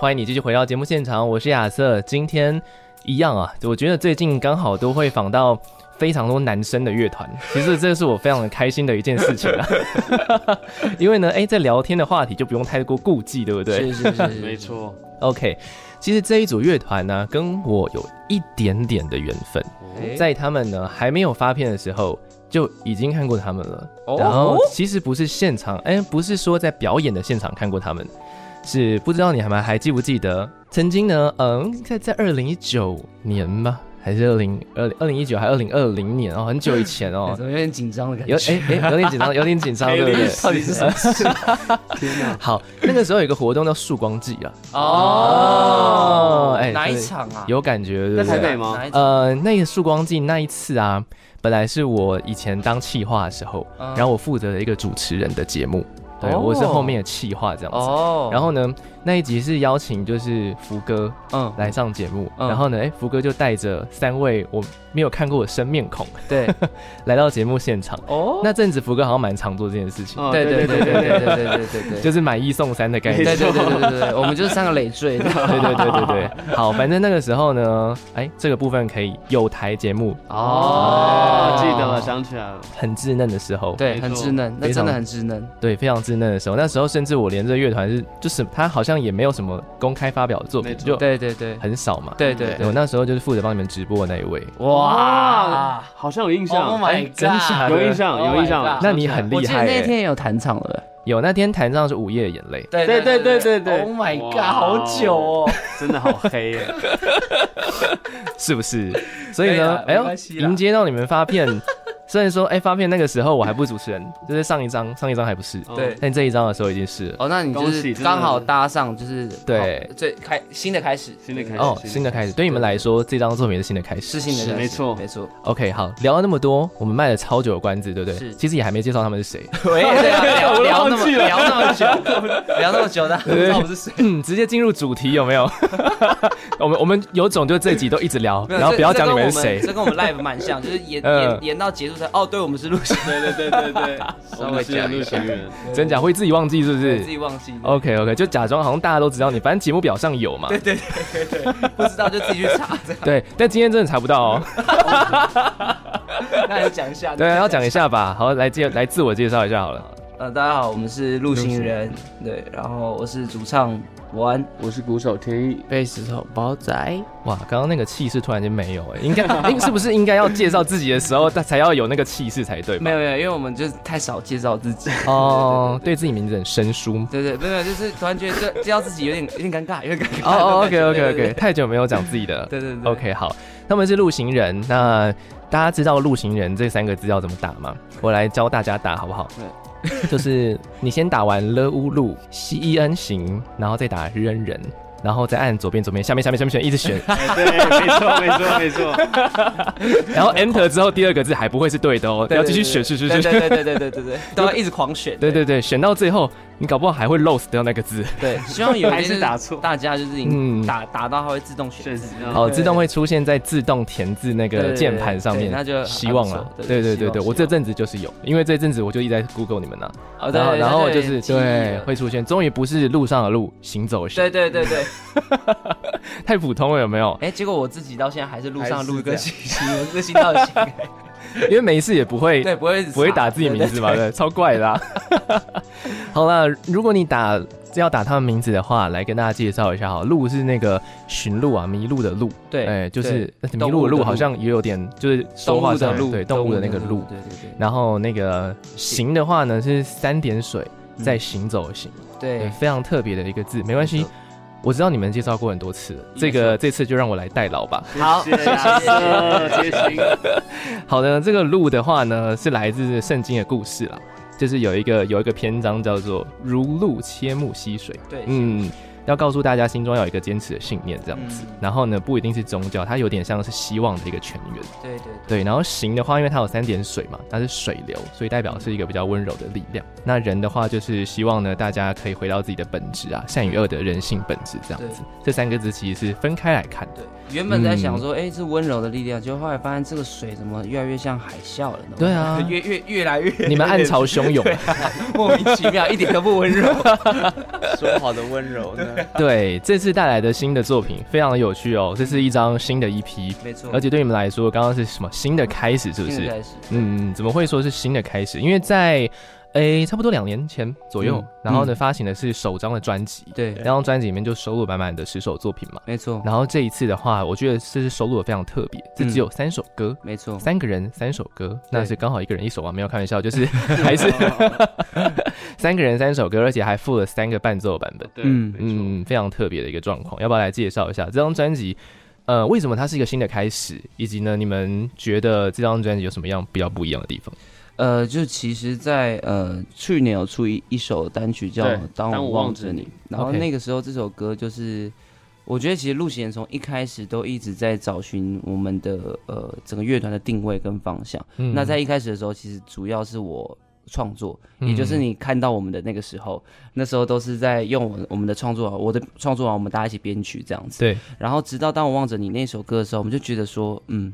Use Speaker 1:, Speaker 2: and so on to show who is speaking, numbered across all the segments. Speaker 1: 欢迎你继续回到节目现场，我是亚瑟。今天一样啊，我觉得最近刚好都会访到非常多男生的乐团，其实这是我非常开心的一件事情啊。因为呢，哎，在聊天的话题就不用太过顾忌，对不
Speaker 2: 是
Speaker 1: 对？
Speaker 2: 是是，
Speaker 3: 没错，
Speaker 1: OK，其实这一组乐团呢，跟我有一点点的缘分，
Speaker 2: 诶
Speaker 1: 在他们呢还没有发片的时候就已经看过他们了。
Speaker 2: 哦
Speaker 1: 然后其实不是现场，哎、不是说在表演的现场看过他们，是不知道你还还记不记得曾经呢？嗯，在在二零一九年吧，还是二零二二零一九还二零二零年哦，很久以前
Speaker 2: 哎
Speaker 1: 哦
Speaker 2: 怎。么有点紧张的感
Speaker 1: 有
Speaker 2: 觉？
Speaker 1: 哎哎、有点紧张，有点 紧张，对不对？
Speaker 2: 到底是 什么事？
Speaker 3: 天哪！
Speaker 1: 好，那个时候有一个活动叫曙光季啊，
Speaker 2: 哦，
Speaker 1: 哎
Speaker 2: 哪一
Speaker 1: 对
Speaker 2: 场啊？
Speaker 1: 有感觉对不
Speaker 3: 在
Speaker 1: 对？
Speaker 3: 台北吗
Speaker 2: 哪一 场？
Speaker 1: 呃，那个曙光季那一次啊，本来是我以前当企划的时候，
Speaker 2: 嗯
Speaker 1: 然后我负责了一个主持人的节目，对、
Speaker 2: 哦
Speaker 1: 我是后面的企划这样子。
Speaker 2: 哦，
Speaker 1: 然后呢，那一集是邀请就是福哥
Speaker 2: 嗯，
Speaker 1: 来上节目，
Speaker 2: 嗯
Speaker 1: 然后呢，哎，福哥就带着三位我没有看过的生面孔
Speaker 2: 对，
Speaker 1: 来到节目现场。
Speaker 2: 哦，
Speaker 1: 那阵子福哥好像蛮常做这件事情，
Speaker 3: 哦
Speaker 2: 对对对对对对对对对对，
Speaker 1: 就是买一送三的概
Speaker 2: 对
Speaker 1: 念。
Speaker 2: 对对对对对，我们就是三个累赘的。
Speaker 1: 对对对 对对，好，反正那个时候呢，哎，这个部分可以有台节目，
Speaker 2: 哦
Speaker 3: 啊，记得了，想起来了，
Speaker 1: 很稚嫩的时候，
Speaker 2: 对，
Speaker 3: 没错
Speaker 2: 很稚嫩，那
Speaker 1: 非常
Speaker 2: 真的很稚嫩。
Speaker 1: 对，非常稚嫩的时候，那时候甚至我连这乐团是，就是他好像也没有什么公开发表的作品，
Speaker 3: 没错
Speaker 1: 就
Speaker 2: 对对对
Speaker 1: 很少嘛。
Speaker 2: 对对
Speaker 1: 我
Speaker 2: 对，
Speaker 1: 那时候就是负责帮你们直播的那一位，
Speaker 2: 哇
Speaker 3: 好像有印
Speaker 2: ！Oh
Speaker 3: 象，
Speaker 2: my
Speaker 1: 真
Speaker 2: god！
Speaker 1: 假的
Speaker 3: 有印象，
Speaker 2: Oh my
Speaker 3: 有印象
Speaker 2: god。
Speaker 1: 那你很
Speaker 2: 我
Speaker 1: 厉
Speaker 2: 记得
Speaker 1: 害、
Speaker 2: 那
Speaker 1: 欸。
Speaker 2: 天也有弹唱了。
Speaker 1: 有那天弹上是午夜的眼泪，
Speaker 2: 对
Speaker 3: 对对对对对
Speaker 2: ，Oh my
Speaker 3: 哇
Speaker 2: god，好久哦，
Speaker 3: 真的好黑啊 耶！
Speaker 1: 是不是？所以
Speaker 2: 可以
Speaker 1: 呢
Speaker 2: 啦，
Speaker 1: 哎
Speaker 2: 没
Speaker 1: 呦
Speaker 2: 关，系啦
Speaker 1: 迎接到你们发片， 虽然说哎、发片那个时候我还不是主持人，就是上一张上一张还不
Speaker 3: 哦
Speaker 1: 是，
Speaker 2: 对
Speaker 1: 但这一张的时候已经是了。
Speaker 2: 哦，那你就
Speaker 3: 恭喜
Speaker 2: 是
Speaker 3: 真的
Speaker 2: 刚好搭上，就是
Speaker 1: 对
Speaker 2: 好最开新的开始，
Speaker 3: 新的开始
Speaker 1: 哦，新的开始，对你们来说，这张作品是新的开始
Speaker 2: 是。新的开始，
Speaker 3: 是没错
Speaker 2: 没 错。
Speaker 1: OK，好，聊了那么多，我们卖了超久的关子，对不对？
Speaker 2: 是
Speaker 1: 其实也还没介绍他们是谁。
Speaker 2: 喂，对啊，聊
Speaker 3: 我都
Speaker 2: 聊那么
Speaker 3: 忘记了
Speaker 2: 聊那么久， 聊那么久，大家不知道我是谁。
Speaker 1: 嗯，直接进入主题有没有？ 我们我们有种就这集都一直聊，然后不要讲你们是谁。
Speaker 2: 这跟我们 live 蛮像，就是 演
Speaker 1: 嗯
Speaker 2: 演演到结束才哦，对，我们是陆行，
Speaker 3: 对对对对对，
Speaker 2: 稍
Speaker 3: 我
Speaker 2: 微
Speaker 3: 们是
Speaker 2: 讲一
Speaker 3: 陆
Speaker 2: 下
Speaker 3: 行人，
Speaker 1: 真假会自己忘记是不
Speaker 2: 对自
Speaker 1: 是
Speaker 2: 己忘记，
Speaker 1: ？OK OK，就假装好像大家都知道你，反正节目表上有嘛。
Speaker 2: 不知道就自己去查。 这样
Speaker 1: 对，但今天真的查不到哦。
Speaker 2: 那你讲一下，
Speaker 1: 对，啊
Speaker 2: 你
Speaker 1: 要讲一下 吧。好，来介来自我介绍一下好了。
Speaker 2: 呃，大家好，我们是陆行人，对，然后我是主唱伯安，
Speaker 3: 我是鼓手天意。
Speaker 2: 贝斯手包仔，
Speaker 1: 哇，刚刚那个气势突然间没有哎、应该哎是不是应该要介绍自己的时候，他才要有那个气势才对吧？
Speaker 2: 没有没有，因为我们就是太少介绍自己。
Speaker 1: 哦，对自己名字很生疏。
Speaker 2: 对对，没有，没有就是突然觉得这介绍自己有点有点尴尬，有点尴尬。
Speaker 1: 哦 哦，OK OK
Speaker 2: 对对
Speaker 1: OK，太久没有讲自己的了。
Speaker 2: 对对对
Speaker 1: OK，好，他们是陆行人。那大家知道“陆行人”这三个字要怎么打吗？我来教大家打，好不好？对，就是你先打完了乌路西一恩行，然后再打扔人，然后再按左边左边下面下面下面选，一直选，
Speaker 3: 哎对，没错没错没错，
Speaker 1: 然后 Enter 之后第二个字还不会是对的哦，
Speaker 2: 对
Speaker 1: 要继续选，是是
Speaker 2: 对
Speaker 1: 是。
Speaker 2: 对对对对对对，都要一直狂选。
Speaker 1: 对对对，选到最后，你搞不好还会 lose 掉那个字，
Speaker 2: 对，希望有一天
Speaker 3: 还
Speaker 2: 就是
Speaker 3: 打错
Speaker 2: 大家就是已
Speaker 1: 嗯
Speaker 2: 经打打到它会自动选
Speaker 3: 确
Speaker 2: 字。
Speaker 3: 实。
Speaker 1: 哦，自动会出现在自动填字那
Speaker 2: 对
Speaker 1: 个
Speaker 2: 对
Speaker 1: 键盘上面，
Speaker 2: 对那就还不错
Speaker 1: 希望了。
Speaker 2: 对
Speaker 1: 对对
Speaker 2: 希
Speaker 1: 对
Speaker 2: 望
Speaker 1: 对，
Speaker 2: 希
Speaker 1: 我这
Speaker 2: 望
Speaker 1: 阵子就是有，因为这阵子我就一直在 Google 你们呢、啊
Speaker 2: 哦，对
Speaker 1: 然后，
Speaker 2: 对，
Speaker 1: 然后就
Speaker 2: 对
Speaker 1: 是
Speaker 2: 记忆
Speaker 1: 对
Speaker 2: 了
Speaker 1: 会出现，终于不是路上的路，行走的行，
Speaker 2: 对对对对，
Speaker 1: 太普通了，有没有？
Speaker 2: 哎，结果我自己到现在还是路
Speaker 3: 还
Speaker 2: 上
Speaker 3: 是
Speaker 2: 录一
Speaker 3: 这
Speaker 2: 个
Speaker 3: 样
Speaker 2: 信息，我这新到 新，
Speaker 1: 因为每一次也不会
Speaker 2: 对，不会
Speaker 1: 不会打自己名字嘛，
Speaker 2: 对对
Speaker 1: 对，超怪的啊。 好啦，如果你打要打他们名字的话，来跟大家介绍一下哈，路是那个寻路啊，迷路的路，
Speaker 2: 对
Speaker 1: 哎，就是呃迷
Speaker 2: 动
Speaker 1: 路
Speaker 2: 物的
Speaker 1: 的路，
Speaker 2: 路
Speaker 1: 好像也有点就是说话上对动物的那个路。
Speaker 2: 对对
Speaker 1: 然后那个行的话呢是三点水，在行走的行，
Speaker 2: 对
Speaker 1: 对，
Speaker 2: 对，
Speaker 1: 非常特别的一个字，没关系
Speaker 2: 没错。
Speaker 1: 我知道你们介绍过很多次了，这
Speaker 2: 没
Speaker 1: 个
Speaker 2: 错
Speaker 1: 这次就让我来代劳吧。
Speaker 2: 好，谢
Speaker 3: 谢谢
Speaker 2: 谢
Speaker 3: 亚
Speaker 2: 谢谢。
Speaker 3: 瑟，贴心。
Speaker 1: 好的，这个路的话呢，是来自圣经的故事啦。就是有一个有一个篇章叫做“如露切木溪水”，
Speaker 2: 对，
Speaker 1: 嗯，要告诉大家心中要有一个坚持的信念这样子。
Speaker 2: 嗯
Speaker 1: 然后呢，不一定是宗教，它有点像是希望的一个泉源。
Speaker 2: 对对
Speaker 1: 对，然后行的话，因为它有三点水嘛，它是水流，所以代表是一个比较温柔的力量。那人的话，就是希望呢，大家可以回到自己的本质啊，善与恶的人性本质这样子。这三个字其实是分开来看的。
Speaker 2: 对。原本在
Speaker 1: 嗯
Speaker 2: 想说，哎、这温柔的力量，结果后来发现这个水怎么越来越像海啸了呢？
Speaker 1: 对啊
Speaker 2: 越越越来越
Speaker 1: 你们暗潮汹涌，
Speaker 2: 莫名其妙，一点都不温 柔。
Speaker 3: 说好的温柔呢？
Speaker 1: 对，这次带来的新的作品非常有趣哦，这是一张新的 EP，
Speaker 2: 没错，
Speaker 1: 而且对你们来说，刚刚是什么新的开始，是不
Speaker 2: 现在
Speaker 1: 是？
Speaker 2: 嗯开始，
Speaker 1: 嗯，怎么会说是新的开始？因为在诶、差不多两年前左右，
Speaker 2: 嗯
Speaker 1: 然后呢、发行的是首张的专辑，
Speaker 2: 对，嗯
Speaker 1: 那张专辑里面就收录满满的十首作品嘛。
Speaker 2: 没错，
Speaker 1: 然后这一次的话，我觉得这是收录的非常特别，这只有三首歌。
Speaker 2: 没错，
Speaker 1: 三个人三首歌，
Speaker 2: 嗯对
Speaker 1: 那是刚好一个人一首啊，没有开玩笑，就是还 是 三个人三首歌，而且还附了三个伴奏版本，
Speaker 3: 对，
Speaker 2: 嗯
Speaker 3: 没
Speaker 1: 嗯，非常特别的一个状况。要不要来介绍一下这张专辑？呃，为什么它是一个新的开始，以及呢，你们觉得这张专辑有什么样比较不一样的地方？
Speaker 2: 呃，就其实在，呃去年有出一一首单曲叫
Speaker 3: 对
Speaker 2: 《当
Speaker 3: 当
Speaker 2: 我
Speaker 3: 我
Speaker 2: 望
Speaker 3: 望
Speaker 2: 着
Speaker 3: 着
Speaker 2: 你
Speaker 3: 你》，
Speaker 2: 然后
Speaker 1: OK
Speaker 2: 那个时候这首歌就是，我觉得其实陆行人从一开始都一直在找寻我们的呃整个乐团的定位跟方向。
Speaker 1: 嗯
Speaker 2: 那在一开始的时候，其实主要是我创作，也就是
Speaker 1: 嗯
Speaker 2: 你看到我们的那个时候，那时候都是在用我我们的创作，我的创作完，我们大家一起编曲这样子。
Speaker 1: 对，
Speaker 2: 然后直到当我望着你那首歌的时候，我们就觉得说，嗯，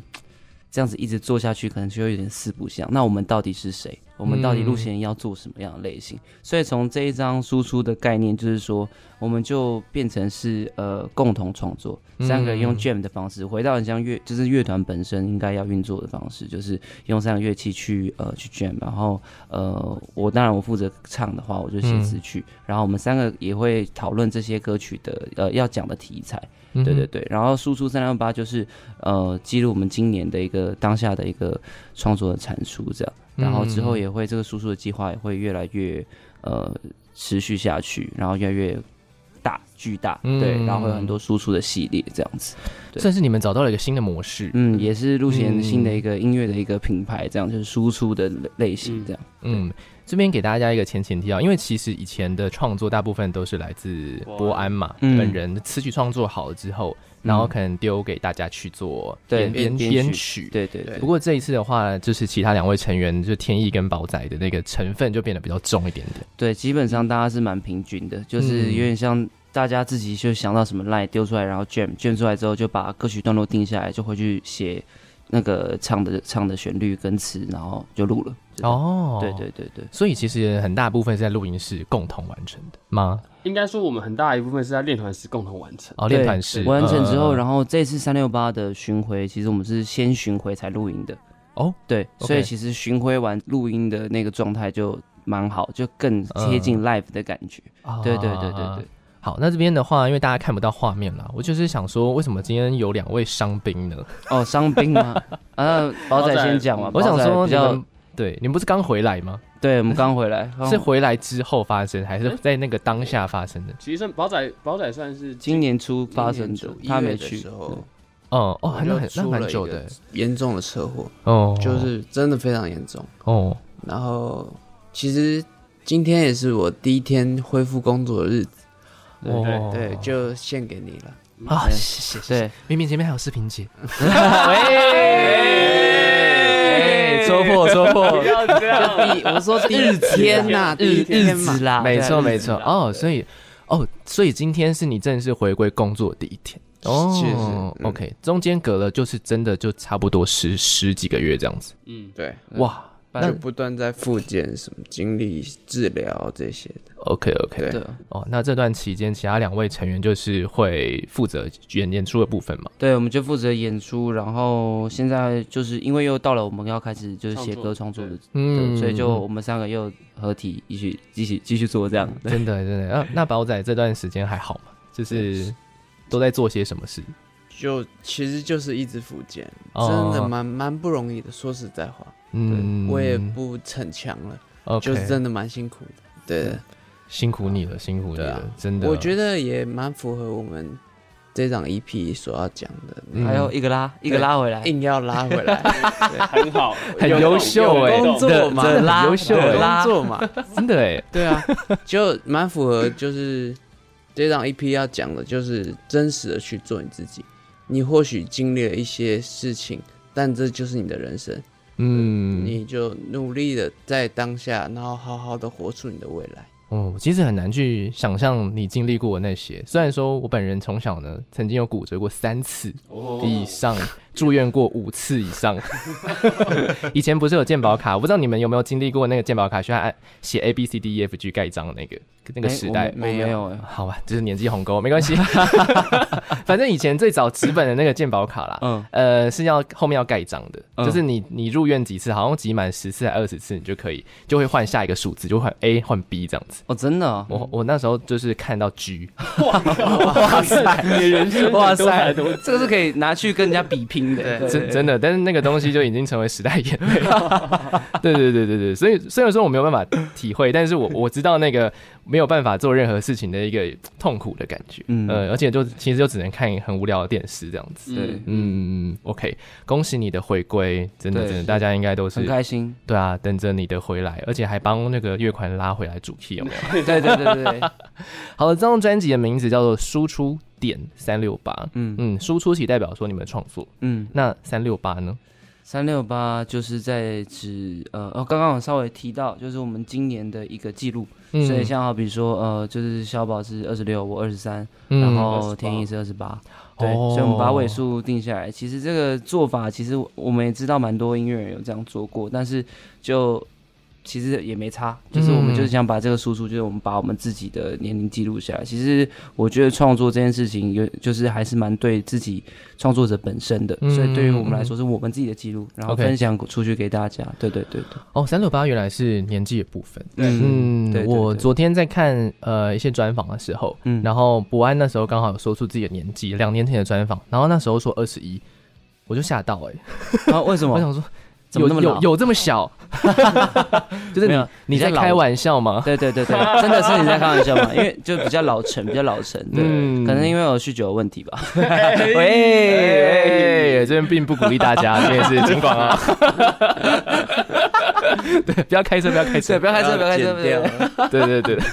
Speaker 2: 这样子一直做下去，可能就会有点四不像。那我们到底是谁？我们到底
Speaker 1: 嗯
Speaker 2: 路线要做什么样的类型？所以从这一张输出的概念，就是说，我们就变成是呃共同创作，
Speaker 1: 嗯
Speaker 2: 三个人用 jam 的方式，回到很像乐，就是乐团本身应该要运作的方式，就是用三个乐器去呃去 jam，然后呃我当然我负责唱的话，我就写词曲，然后我们三个也会讨论这些歌曲的呃要讲的题材。
Speaker 1: 嗯
Speaker 2: 对对
Speaker 1: 哼，
Speaker 2: 对，然后输出三六八就是呃记录我们今年的一个当下的一个创作的产出这样，然后之后
Speaker 1: 嗯
Speaker 2: 也会这个输出的计划也会越来越呃持续下去，然后越来越大巨大，
Speaker 1: 嗯
Speaker 2: 对，然后会有很多输出的系列这样子，对
Speaker 1: 算是你们找到了一个新的模式。
Speaker 2: 嗯，也是陆贤
Speaker 1: 嗯
Speaker 2: 新的一个音乐的一个品牌，这样就是输出的类类型这样，
Speaker 1: 嗯，这边给大家一个前前提啊，因为其实以前的创作大部分都是来自
Speaker 3: 伯
Speaker 1: 伯
Speaker 3: 安
Speaker 1: 安嘛，
Speaker 2: 嗯
Speaker 1: 本人词曲创作好了之后，然后可能丢给大家去做
Speaker 2: 对
Speaker 1: 编编
Speaker 2: 编
Speaker 1: 编
Speaker 2: 编
Speaker 1: 曲。
Speaker 2: 对对对
Speaker 1: 不过这一次的话，就是其他两位成员，就天意跟宝仔的那个成分就变得比较重一点点。
Speaker 2: 对，基本上大家是蛮平均的，就是
Speaker 1: 嗯
Speaker 2: 有点像大家自己就想到什么 line 丢出来，然后 jam jam 出来之后就把歌曲段落定下来，就回去写那个唱的唱的旋律跟词，然后就录了。就这样，
Speaker 1: 哦
Speaker 2: 对。对对对，
Speaker 1: 所以其实很大部分是在录音室共同完成的吗？
Speaker 3: 应该说我们很大一部分是在练团时共同完成。
Speaker 1: 哦，
Speaker 2: 对
Speaker 1: 练团式嗯
Speaker 2: 完成之后，
Speaker 1: 后
Speaker 2: 然后这次三六八的巡回，其实我们是先巡回才录音的。
Speaker 1: 哦，
Speaker 2: 对，所以
Speaker 1: OK
Speaker 2: 其实巡回完录音的那个状态就蛮好，就更
Speaker 1: 嗯
Speaker 2: 贴近 live 的感觉。对对对对
Speaker 1: 啊
Speaker 2: 对。
Speaker 1: 好，那这边的话，因为大家看不到画面啦，我就是想说，为什么今天有两位伤兵呢？
Speaker 2: 哦，伤兵吗？啊，宝仔
Speaker 3: 宝仔
Speaker 2: 先讲吧。
Speaker 1: 嗯我想
Speaker 2: 宝仔
Speaker 1: 说
Speaker 2: 比
Speaker 1: 你
Speaker 2: 较
Speaker 1: 们，对，你们不是刚回来吗？
Speaker 2: 对，我们刚回来，哦
Speaker 1: 是回来之后发生，还是在那个当下发生的？
Speaker 3: 其实算宝仔，宝仔算是
Speaker 2: 今年初
Speaker 4: 今
Speaker 2: 发
Speaker 4: 年
Speaker 2: 生的
Speaker 4: 初，一
Speaker 2: 他
Speaker 4: 月
Speaker 2: 没
Speaker 4: 的
Speaker 2: 去
Speaker 4: 时。候，
Speaker 1: 哦哦，
Speaker 4: 我
Speaker 1: 很
Speaker 4: 就
Speaker 1: 很那
Speaker 4: 出
Speaker 1: 蛮
Speaker 4: 了一
Speaker 1: 久
Speaker 4: 个
Speaker 1: 的，
Speaker 4: 严重的车祸，
Speaker 1: 哦，
Speaker 4: 就是真的非常严重。
Speaker 1: 哦，
Speaker 4: 然后其实今天也是我第一天恢复工作的日子，
Speaker 2: 对
Speaker 1: 哦
Speaker 4: 对，就献给你了。
Speaker 1: 啊，
Speaker 2: 对
Speaker 1: 谢谢谢谢，
Speaker 2: 对，
Speaker 1: 明明前面还有视频姐，
Speaker 2: 喂
Speaker 1: 哎，戳破戳破，
Speaker 3: 哎 这样，
Speaker 4: 第我说第 一天呐、第
Speaker 2: 日
Speaker 4: 一
Speaker 2: 日
Speaker 4: 天嘛
Speaker 2: 子，啦，
Speaker 1: 没
Speaker 2: 对啊
Speaker 1: 错
Speaker 2: 日子
Speaker 1: 没错，哦，所以哦，所以今天是你正式回归工作的第一天。
Speaker 4: 确实
Speaker 1: 哦
Speaker 4: 嗯
Speaker 1: ，OK，中间隔了就是真的就差不多十十几个月这样子，
Speaker 3: 嗯，
Speaker 4: 对，
Speaker 1: 哇
Speaker 4: 就不断在复健、什么经历、治疗这些的。
Speaker 1: ，OK OK，
Speaker 4: 对
Speaker 2: 对
Speaker 1: 哦，那这段期间其他两位成员就是会负责演演出的部分嘛？
Speaker 2: 对，我们就负责演出，然后现在就是因为又到了我们要开始就是写歌创
Speaker 3: 创
Speaker 2: 作
Speaker 3: 作
Speaker 2: 的，
Speaker 1: 嗯
Speaker 2: 对，所以就我们三个又合体一起继续继续做这样。对，
Speaker 1: 真的真的，啊、那宝仔这段时间还好吗？就是都在做些什么事？
Speaker 4: 就其实就是一直复健，
Speaker 1: 哦
Speaker 4: 真的蛮蛮不容易的。说实在话，
Speaker 1: 嗯，
Speaker 4: 我也不逞强了，
Speaker 1: o
Speaker 4: 就是真的蛮辛苦的。对的，
Speaker 1: 辛苦你了，辛苦你
Speaker 4: 对
Speaker 1: 了，
Speaker 4: 啊
Speaker 1: 真的。
Speaker 4: 我觉得也蛮符合我们这张 EP 所要讲的，
Speaker 1: 嗯
Speaker 2: 还有一个拉一个拉回来，哎
Speaker 4: 硬要拉回来，
Speaker 3: 很好，
Speaker 1: 很优秀哎、
Speaker 4: 工作嘛，
Speaker 1: 的拉优秀
Speaker 4: 对
Speaker 1: 哎、
Speaker 4: 工作嘛，
Speaker 1: 真的哎、
Speaker 4: 对啊，就蛮符合就是这张 EP 要讲的，就是真实的去做你自己。你或许经历了一些事情，但这就是你的人生，
Speaker 1: 嗯，
Speaker 4: 你就努力的在当下，然后好好的活出你的未来。
Speaker 1: 哦，我其实很难去想象你经历过的那些。虽然说我本人从小呢，曾经有骨折过三次
Speaker 3: 哦
Speaker 1: 以上，住院过五次以上。 以前不是有健保卡，我不知道你们有没有经历过那个健保卡需要按写 A B C D E F G 盖章的那个那个
Speaker 2: 哎
Speaker 1: 时
Speaker 2: 我
Speaker 1: 代哦
Speaker 2: 们。我没有哎，
Speaker 1: 呃好吧，就是年纪鸿沟，没关系。 反正以前最早纸本的那个健保卡啦，
Speaker 2: 嗯，
Speaker 1: 呃，是要后面要盖章的，
Speaker 2: 嗯
Speaker 1: 就是你你入院几次，好像集满十次还二十次，你就可以就会换下一个数字，就换 A 换 B 这样子。
Speaker 2: 哦，真的 哦，
Speaker 1: 我我那时候就是看到 G，
Speaker 3: 哇塞，你的人生
Speaker 2: 哇
Speaker 3: 多才
Speaker 2: 塞，
Speaker 3: 多
Speaker 2: 这个是可以拿去跟人家比拼的，对
Speaker 1: 真真的，但是那个东西就已经成为时代眼 泪了。对对对对对，所以虽然说我没有办法体会，但是我我知道那个没有办法做任何事情的一个痛苦的感觉。嗯，
Speaker 2: 嗯
Speaker 1: 呃，而且就其实就只能看很无聊的电视这样子。
Speaker 2: 对，
Speaker 1: 嗯嗯嗯，OK，恭喜你的回归，真的
Speaker 2: 对
Speaker 1: 真的，
Speaker 2: 是
Speaker 1: 大家应该都是
Speaker 2: 很开心，
Speaker 1: 对啊，等着你的回来，而且还帮那个乐团拉回来主 key 有没有？
Speaker 2: 对对对对对，
Speaker 1: 好了，这张专辑的名字叫做《输出点三六八》。
Speaker 2: 嗯
Speaker 1: 嗯，输出其代表说你们的创作，
Speaker 2: 嗯，
Speaker 1: 那三六八呢？
Speaker 2: 三六八就是在指呃，哦，刚刚我稍微提到，就是我们今年的一个记录，
Speaker 1: 嗯
Speaker 2: 所以像好比说呃，就是小宝是二十六，我二十三，
Speaker 1: 嗯
Speaker 2: 然后天意是二十八，对，
Speaker 1: 哦
Speaker 2: 所以我们把尾数定下来。其实这个做法，其实我们也知道蛮多音乐人有这样做过，但是就其实也没差，就是我们
Speaker 1: 嗯
Speaker 2: 就是想把这个输出，就是我们把我们自己的年龄记录下来。其实我觉得创作这件事情，有就是还是蛮对自己创作者本身的，
Speaker 1: 嗯
Speaker 2: 所以对于我们来说，是我们自己的记录，然后
Speaker 1: OK
Speaker 2: 分享出去给大家。对对对对，
Speaker 1: 哦，三六八原来是年纪的部分。
Speaker 2: 嗯
Speaker 1: 嗯，
Speaker 2: 对对
Speaker 1: 我
Speaker 2: 对
Speaker 1: 昨天在看呃一些专访的时候，
Speaker 2: 嗯
Speaker 1: 然后博安那时候刚好有说出自己的年纪，两年前的专访，然后那时候说二十一，我就吓到哎、
Speaker 2: 然后啊为什
Speaker 1: 我
Speaker 2: 么？
Speaker 1: 想说
Speaker 2: 怎么那么
Speaker 1: 有
Speaker 2: 老
Speaker 1: 有有这么小，就是
Speaker 2: 没
Speaker 1: 你
Speaker 2: 有
Speaker 1: 你
Speaker 2: 你
Speaker 1: 在
Speaker 2: 在老
Speaker 1: 开玩笑吗？
Speaker 2: 对对对对，真的是你在开玩笑嘛？因为就比较老成，比较老成，对，
Speaker 1: 嗯
Speaker 2: 可能因为我酗酒的问题吧。哎
Speaker 1: 喂，哎这边并不鼓励大 家，这也是尽管啊。对，不要开车，不要开
Speaker 2: 对，
Speaker 1: 车，
Speaker 2: 不要开车，不要开车，
Speaker 4: 剪
Speaker 2: 不要
Speaker 4: 掉
Speaker 2: 开车。
Speaker 1: 对对对。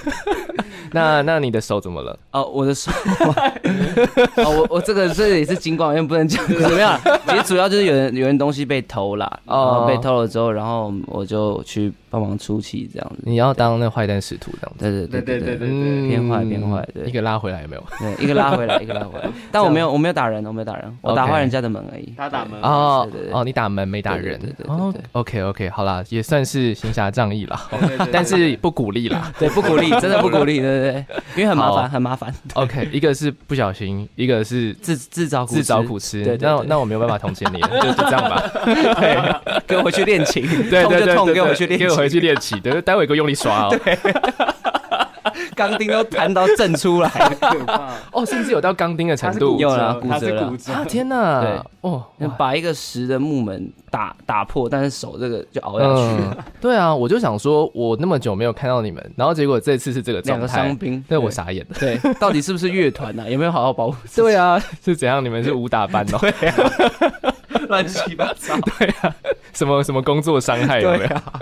Speaker 1: 那那你的手怎么了？
Speaker 2: 哦，我的手， 哦，我我这个这也是尽管，因为不能讲怎么样。其实主要就是有人有人东西被偷啦，然
Speaker 1: 哦
Speaker 2: 后被偷了之后，然后我就去帮忙出气这样子。
Speaker 1: 你要当那坏蛋使徒这样子。
Speaker 2: 对对对对对对，
Speaker 3: 对
Speaker 1: 嗯
Speaker 2: 变坏变坏对
Speaker 1: 一个拉回来有没有？
Speaker 2: 对一个拉回来，一个拉 回来。但我没有我没有打人，我没有打人，我打
Speaker 1: OK
Speaker 2: 坏人家的门而已。
Speaker 3: 他打门
Speaker 1: 哦
Speaker 2: 嗯对对对
Speaker 1: 哦，你打门没打人
Speaker 2: 对对对对，对哦
Speaker 1: 哦
Speaker 2: 对
Speaker 1: ，OK OK，好啦，也算是行侠仗义啦，
Speaker 3: 对对对对
Speaker 1: 但是不鼓 励啦。
Speaker 2: 对，不鼓励，真的不鼓励， 对对对，因为很麻
Speaker 1: 好
Speaker 2: 烦，很麻烦，
Speaker 1: OK，一个是不小心，一个是
Speaker 2: 自自找哦苦
Speaker 1: 自找
Speaker 2: 吃
Speaker 1: 苦吃，
Speaker 2: 对对
Speaker 1: 那
Speaker 2: 对
Speaker 1: 那我没有办法同情你， 就就这样吧。
Speaker 2: 给我回去练琴，
Speaker 1: 对对
Speaker 2: 痛就
Speaker 1: 对，
Speaker 2: 痛，
Speaker 1: 对
Speaker 2: 给我去
Speaker 1: 对
Speaker 2: 练
Speaker 1: 给我回
Speaker 2: 琴，
Speaker 1: 去练琴。对，待会给我用力刷哦。
Speaker 2: 钢钉都弹到震出来。
Speaker 3: 可怕，
Speaker 1: 哦，甚至有到钢钉的
Speaker 3: 他
Speaker 1: 程
Speaker 3: 是
Speaker 1: 度
Speaker 3: 骨。
Speaker 2: 有
Speaker 3: 折
Speaker 2: 啦骨
Speaker 3: 他
Speaker 2: 折
Speaker 3: 是
Speaker 2: 啦
Speaker 3: 骨折
Speaker 1: 啊，天哪！
Speaker 2: 对，
Speaker 1: 哦，哇
Speaker 2: 把一个石的木门打打破，但是手这个就熬下去，
Speaker 1: 嗯，对啊，我就想说，我那么久没有看到你们，然后结果这次是这个
Speaker 2: 两
Speaker 1: 状
Speaker 2: 个伤
Speaker 1: 态，
Speaker 2: 兵，
Speaker 1: 对我傻眼了。
Speaker 2: 对，到底是不是乐团啊呢？有没有好好保护？
Speaker 1: 对啊，是怎样？你们是武打班哦？
Speaker 2: 乱七八 糟，
Speaker 1: 啊什么什么工作伤害有没
Speaker 2: 对
Speaker 1: 有？
Speaker 2: 啊，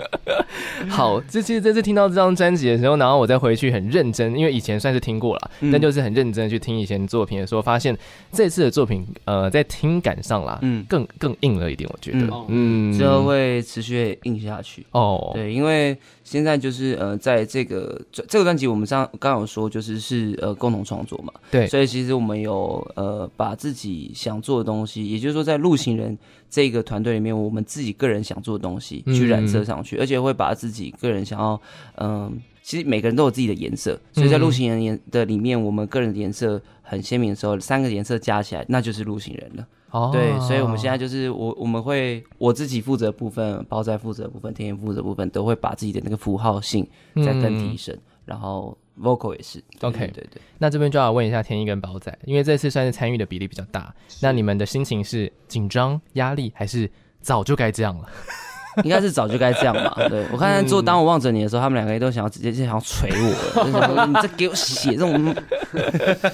Speaker 1: 好，这其实这次听到这张专辑的时候，然后我再回去很认真，因为以前算是听过了，
Speaker 2: 嗯
Speaker 1: 但就是很认真地去听以前的作品的时候，发现这次的作品，呃，在听感上啦，
Speaker 2: 嗯，
Speaker 1: 更更硬了一点，我觉
Speaker 2: 嗯
Speaker 1: 得，嗯，
Speaker 2: 之后会持续硬下去。
Speaker 1: 哦，
Speaker 2: 对，因为现在就是呃，在这个这这个专辑，我们上刚刚有说，就是是呃共同创作嘛，
Speaker 1: 对
Speaker 2: 所以其实我们有呃把自己想做的东西，也就是说在路行人这个团队里面，我们自己个人想做的东西
Speaker 1: 嗯
Speaker 2: 去染色上去，而且会把自己个人想要嗯。其实每个人都有自己的颜色，所以在
Speaker 1: 嗯
Speaker 2: 路行人颜的里面，我们个人的颜色很鲜明的时候，三个颜色加起来，那就是路行人了。
Speaker 1: 哦，
Speaker 2: 对，所以我们现在就是我我们会我自己负责的部分，包仔负责的部分，天天负责的部分，都会把自己的那个符号性再更提升，然后 vocal 也是。对
Speaker 1: 嗯 OK
Speaker 2: 对对，
Speaker 1: 那这边就要问一下天一跟宝仔，因为这次算是参与的比例比较大，那你们的心情是紧张、压力，还是早就该这样了？
Speaker 2: 应该是早就该这样吧。对我
Speaker 1: 嗯
Speaker 2: 看做当我望着你的时候，他们两个都想要直接就想要捶我了，就想说你这给我写这种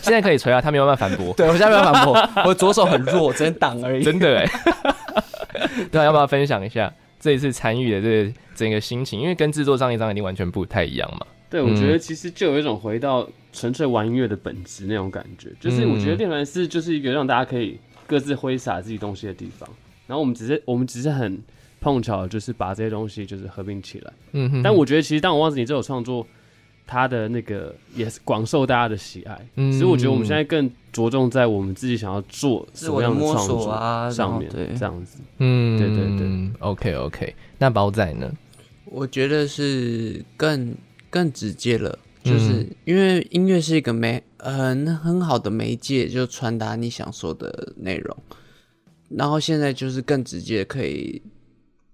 Speaker 1: 现在可以锤啊，他没有办法反 驳，
Speaker 2: 对我现在没有反驳，我左手很弱，只能挡而已。
Speaker 1: 真
Speaker 4: 欸
Speaker 1: 的哎、 对啊，要不要分享一下这一次参与的这个整个心情？因为跟制作上一张一定完全不太一样嘛。
Speaker 3: 对，我觉得其实就有一种回到纯粹玩音乐的本质那种感觉，就是我觉得练团室就是一个让大家可以各自挥洒自己东西的地方，然后我们只是我们只是很碰巧，就是把这些东西就是合并起来。
Speaker 1: 嗯哼
Speaker 3: 但我觉得其实《当我望着你》这首创作，它的那个也是广受大家的喜爱，
Speaker 1: 嗯
Speaker 3: 所以我觉得我们现在更着重在我们自己想要做
Speaker 2: 自
Speaker 3: 什
Speaker 2: 我
Speaker 3: 么
Speaker 2: 的
Speaker 3: 样
Speaker 2: 摸
Speaker 3: 创
Speaker 2: 索啊
Speaker 3: 作上
Speaker 2: 然
Speaker 3: 面，
Speaker 2: 后对
Speaker 3: 这样子。
Speaker 1: 嗯
Speaker 3: 对对对
Speaker 1: ，OK OK。那包仔呢？
Speaker 4: 我觉得是更更直接了，就是
Speaker 1: 嗯
Speaker 4: 因为音乐是一个媒很很好的媒介，就传达你想说的内容。然后现在就是更直接，可以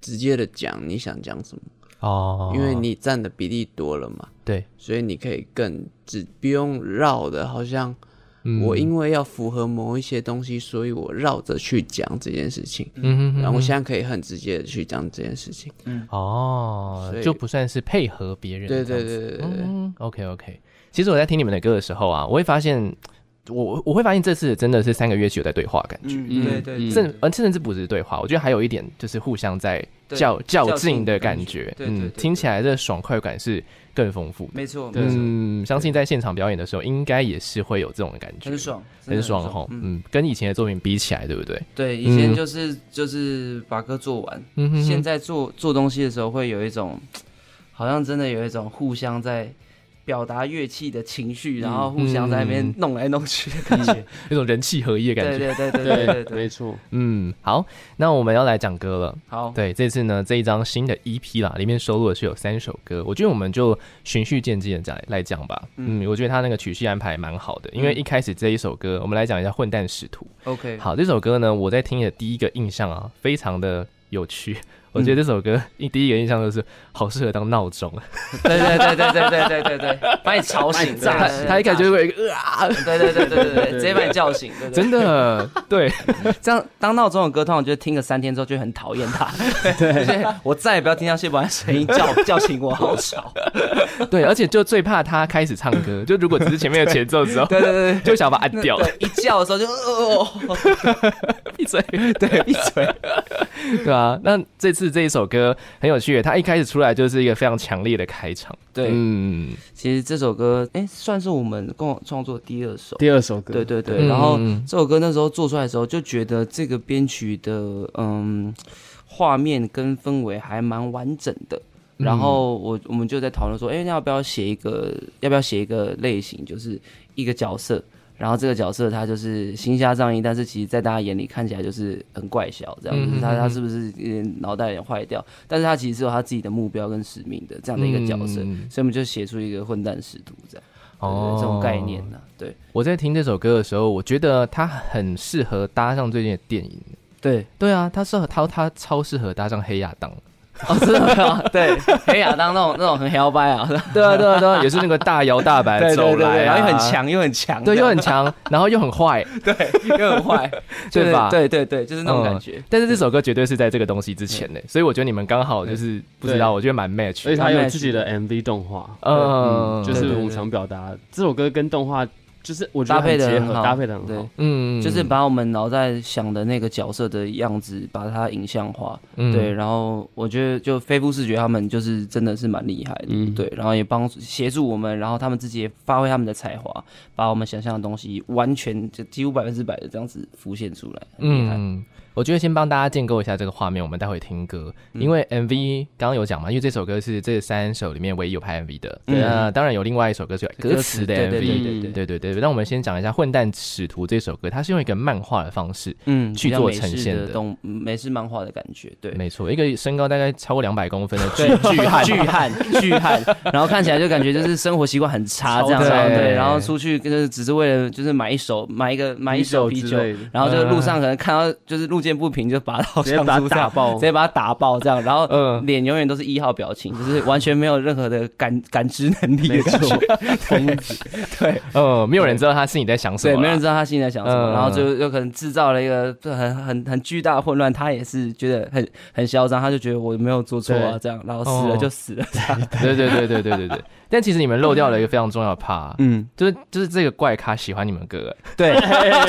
Speaker 4: 直接的讲你想讲什么，
Speaker 1: 哦
Speaker 4: 因为你占的比例多了嘛，
Speaker 1: 对
Speaker 4: 所以你可以更直，不用绕的，好像
Speaker 1: 嗯
Speaker 4: 我因为要符合某一些东西，所以我绕着去讲这件事情。
Speaker 1: 嗯哼哼
Speaker 4: 然后我现在可以很直接的去讲这件事情。
Speaker 1: 哦
Speaker 4: 所，以
Speaker 1: 就不算是配合别人这
Speaker 4: 对
Speaker 1: 样子。
Speaker 4: 对对对对对。
Speaker 1: 嗯，OK OK。其实我在听你们的歌的时候啊，我会发现，我我会发现这次真的是三个乐器有在对话感觉，
Speaker 2: 嗯对对对
Speaker 1: 甚而甚至不只是对话，我觉得还有一点就是互相在
Speaker 2: 对
Speaker 1: 较
Speaker 2: 较
Speaker 1: 较劲
Speaker 2: 劲
Speaker 1: 的
Speaker 2: 的
Speaker 1: 感
Speaker 2: 感
Speaker 1: 觉，嗯
Speaker 2: 觉对对对对
Speaker 1: 听起来的爽快感是更丰富的。
Speaker 2: 没错，没错，
Speaker 1: 嗯，相信在现场表演的时候，应该也是会有这种感觉，
Speaker 2: 很，爽，真的
Speaker 1: 很爽哈。
Speaker 2: 嗯，
Speaker 1: 嗯，跟以前的作品比起来，对不对？
Speaker 2: 对，以前
Speaker 1: 嗯
Speaker 2: 就是就是把歌做完，
Speaker 1: 嗯哼哼
Speaker 2: 现在做做东西的时候，会有一种好像真的有一种互相在表达乐器的情绪，然后互相在那边
Speaker 1: 嗯
Speaker 2: 弄来弄去的感觉。
Speaker 1: 有种人气合一的感
Speaker 2: 对
Speaker 1: 觉。
Speaker 2: 对对对对对对，
Speaker 3: 没错。
Speaker 1: 嗯，好，那我们要来讲歌了。
Speaker 2: 好，
Speaker 1: 对，这次呢这一张新的 EP 啦，里面收录的是有三首歌，我觉得我们就循序渐进的讲来讲吧。嗯我觉得他那个曲序安排蛮好的，因
Speaker 2: 嗯
Speaker 1: 为一开始这一首歌，我们来讲一下《混蛋使徒》。
Speaker 2: ，OK，
Speaker 1: 好，这首歌呢，我在听的第一个印象啊，非常的有趣。我觉得这首歌一第一个印象就是好适合当闹钟，啊
Speaker 2: 对对对对对对对对对，把你吵醒，
Speaker 1: 他
Speaker 2: 炸醒，
Speaker 1: 他一开始就会有一个呃啊，
Speaker 2: 对对对对对对，直接把你叫醒，对对对
Speaker 1: 真的对，
Speaker 2: 这样当闹钟的歌，通常就听个三天之后就很讨厌它。对，我再也不要听到谢伯安声音叫叫醒我，好吵。
Speaker 1: 对，而且就最怕他开始唱歌，就如果只是前面的前奏之后，
Speaker 2: 对对对对
Speaker 1: 就想把它按掉，
Speaker 2: 对，一叫的时候就哦，
Speaker 1: 闭 嘴，对，闭嘴， 对啊。那这次这一首歌很有趣，它一开始出来就是一个非常强烈的开场，
Speaker 2: 对
Speaker 1: 嗯，
Speaker 2: 其实这首歌，哎、算是我们共同创作第二首。
Speaker 3: 第二首歌，
Speaker 2: 对对对，
Speaker 1: 嗯
Speaker 2: 然后这首歌那时候做出来的时候，就觉得这个编曲的嗯画面跟氛围还蛮完整的。
Speaker 1: 嗯
Speaker 2: 然后我我们就在讨论说，哎、那要不要写一个，要不要写一个类型，就是一个角色，然后这个角色他就是行侠仗义，但是其实在大家眼里看起来就是很怪小这样子，
Speaker 1: 嗯嗯嗯
Speaker 2: 他他是不是有点脑袋有点坏掉？但是他其实是有他自己的目标跟使命的这样的一个角色，
Speaker 1: 嗯
Speaker 2: 所以我们就写出一个混蛋使徒这样，对对
Speaker 1: 哦
Speaker 2: 对这种概念呢、对
Speaker 1: 我在听这首歌的时候，我觉得它很适合搭上最近的电影。
Speaker 2: 对
Speaker 1: 对啊，它适合它它超适合搭上黑亚当。
Speaker 2: 哦，真的吗？对，黑亚啊当那种那种很摇摆啊，
Speaker 1: 对啊对啊对啊，也是那个大摇大摆走来、啊
Speaker 2: 然后又很，啊强又很强，
Speaker 1: 对，又 很强，然后又很坏，
Speaker 2: 又很坏，就是
Speaker 1: 对吧？
Speaker 2: 对对对，就是那种感觉。
Speaker 1: 但是这首歌绝对是在这个东西之前呢，所以我觉得你们刚好就是不知道，我觉得蛮 match
Speaker 3: 而且
Speaker 1: 的。
Speaker 3: 它有自己的 MV 动画，
Speaker 2: 呃
Speaker 1: 嗯
Speaker 3: 嗯，就是我们想表达这首歌跟动画，就是我觉
Speaker 2: 搭
Speaker 3: 得
Speaker 2: 配
Speaker 3: 很
Speaker 2: 的
Speaker 3: 结
Speaker 2: 很
Speaker 3: 合，
Speaker 2: 好，
Speaker 3: 搭配的很
Speaker 2: 对
Speaker 3: 好。，
Speaker 1: 嗯
Speaker 2: 就是把我们脑袋想的那个角色的样子，把它影像化。
Speaker 1: 嗯
Speaker 2: 对，然后我觉得就非肤视觉他们就是真的是蛮厉害的，
Speaker 3: 嗯
Speaker 2: 对，然后也帮协助我们，然后他们自己也发挥他们的才华，把我们想象的东西完全就几乎百分之百的这样子浮现出来，很厉害。
Speaker 1: 嗯，我觉得先帮大家建构一下这个画面，我们待会听歌，因为 MV 刚刚有讲嘛，因为这首歌是这三首里面唯一有拍 MV 的，
Speaker 2: 对
Speaker 1: 那当然有另外一首歌是有嗯歌词的 MV，
Speaker 2: 对对
Speaker 3: 对对
Speaker 1: 对对对。那我们先讲一下《混蛋使徒》这首歌，它是用一个漫画的方式，
Speaker 2: 嗯，
Speaker 1: 去
Speaker 2: 比较
Speaker 1: 做
Speaker 2: 美
Speaker 1: 呈
Speaker 2: 式
Speaker 1: 现
Speaker 2: 的
Speaker 1: 的
Speaker 2: 动美式漫画的感觉，对，
Speaker 1: 没错，一个身高大概超过两百公分的 巨
Speaker 2: 对，巨汉，巨汉，巨汉，然后看起来就感觉就是生活习惯很差这样子，
Speaker 1: 超
Speaker 2: 然后
Speaker 1: 对
Speaker 2: 对，然后出去就是只是为了就是买一手买一个买一手啤
Speaker 3: 啤
Speaker 2: 酒
Speaker 3: 酒之类的，嗯
Speaker 2: 然后就路上可能看到就是路见不平就拔到
Speaker 3: 直接把
Speaker 2: 橡
Speaker 3: 它
Speaker 2: 树
Speaker 3: 打
Speaker 2: 上，
Speaker 3: 爆
Speaker 2: 直。 接把它打爆这样，然后
Speaker 1: 嗯
Speaker 2: 脸永远都是一号表情，就是完全没有任何的感感知能力的感 觉，疯子，对。
Speaker 1: 呃，没有人知道他心里在想什么
Speaker 2: 对，
Speaker 1: 啦，
Speaker 2: 没人知道他心里在想什么，
Speaker 1: 嗯
Speaker 2: 然后就有可能制造了一个很很很巨大的混乱，他也是觉得很很嚣张，他就觉得我没有做错啊
Speaker 3: 对
Speaker 2: 这样，然后死了
Speaker 1: 哦
Speaker 2: 就死 了，
Speaker 1: 对对对对对对对。但其实你们漏掉了一个非常重要的 part，
Speaker 2: 嗯，
Speaker 1: 就是就是这个怪咖喜欢你 们歌，
Speaker 2: 对，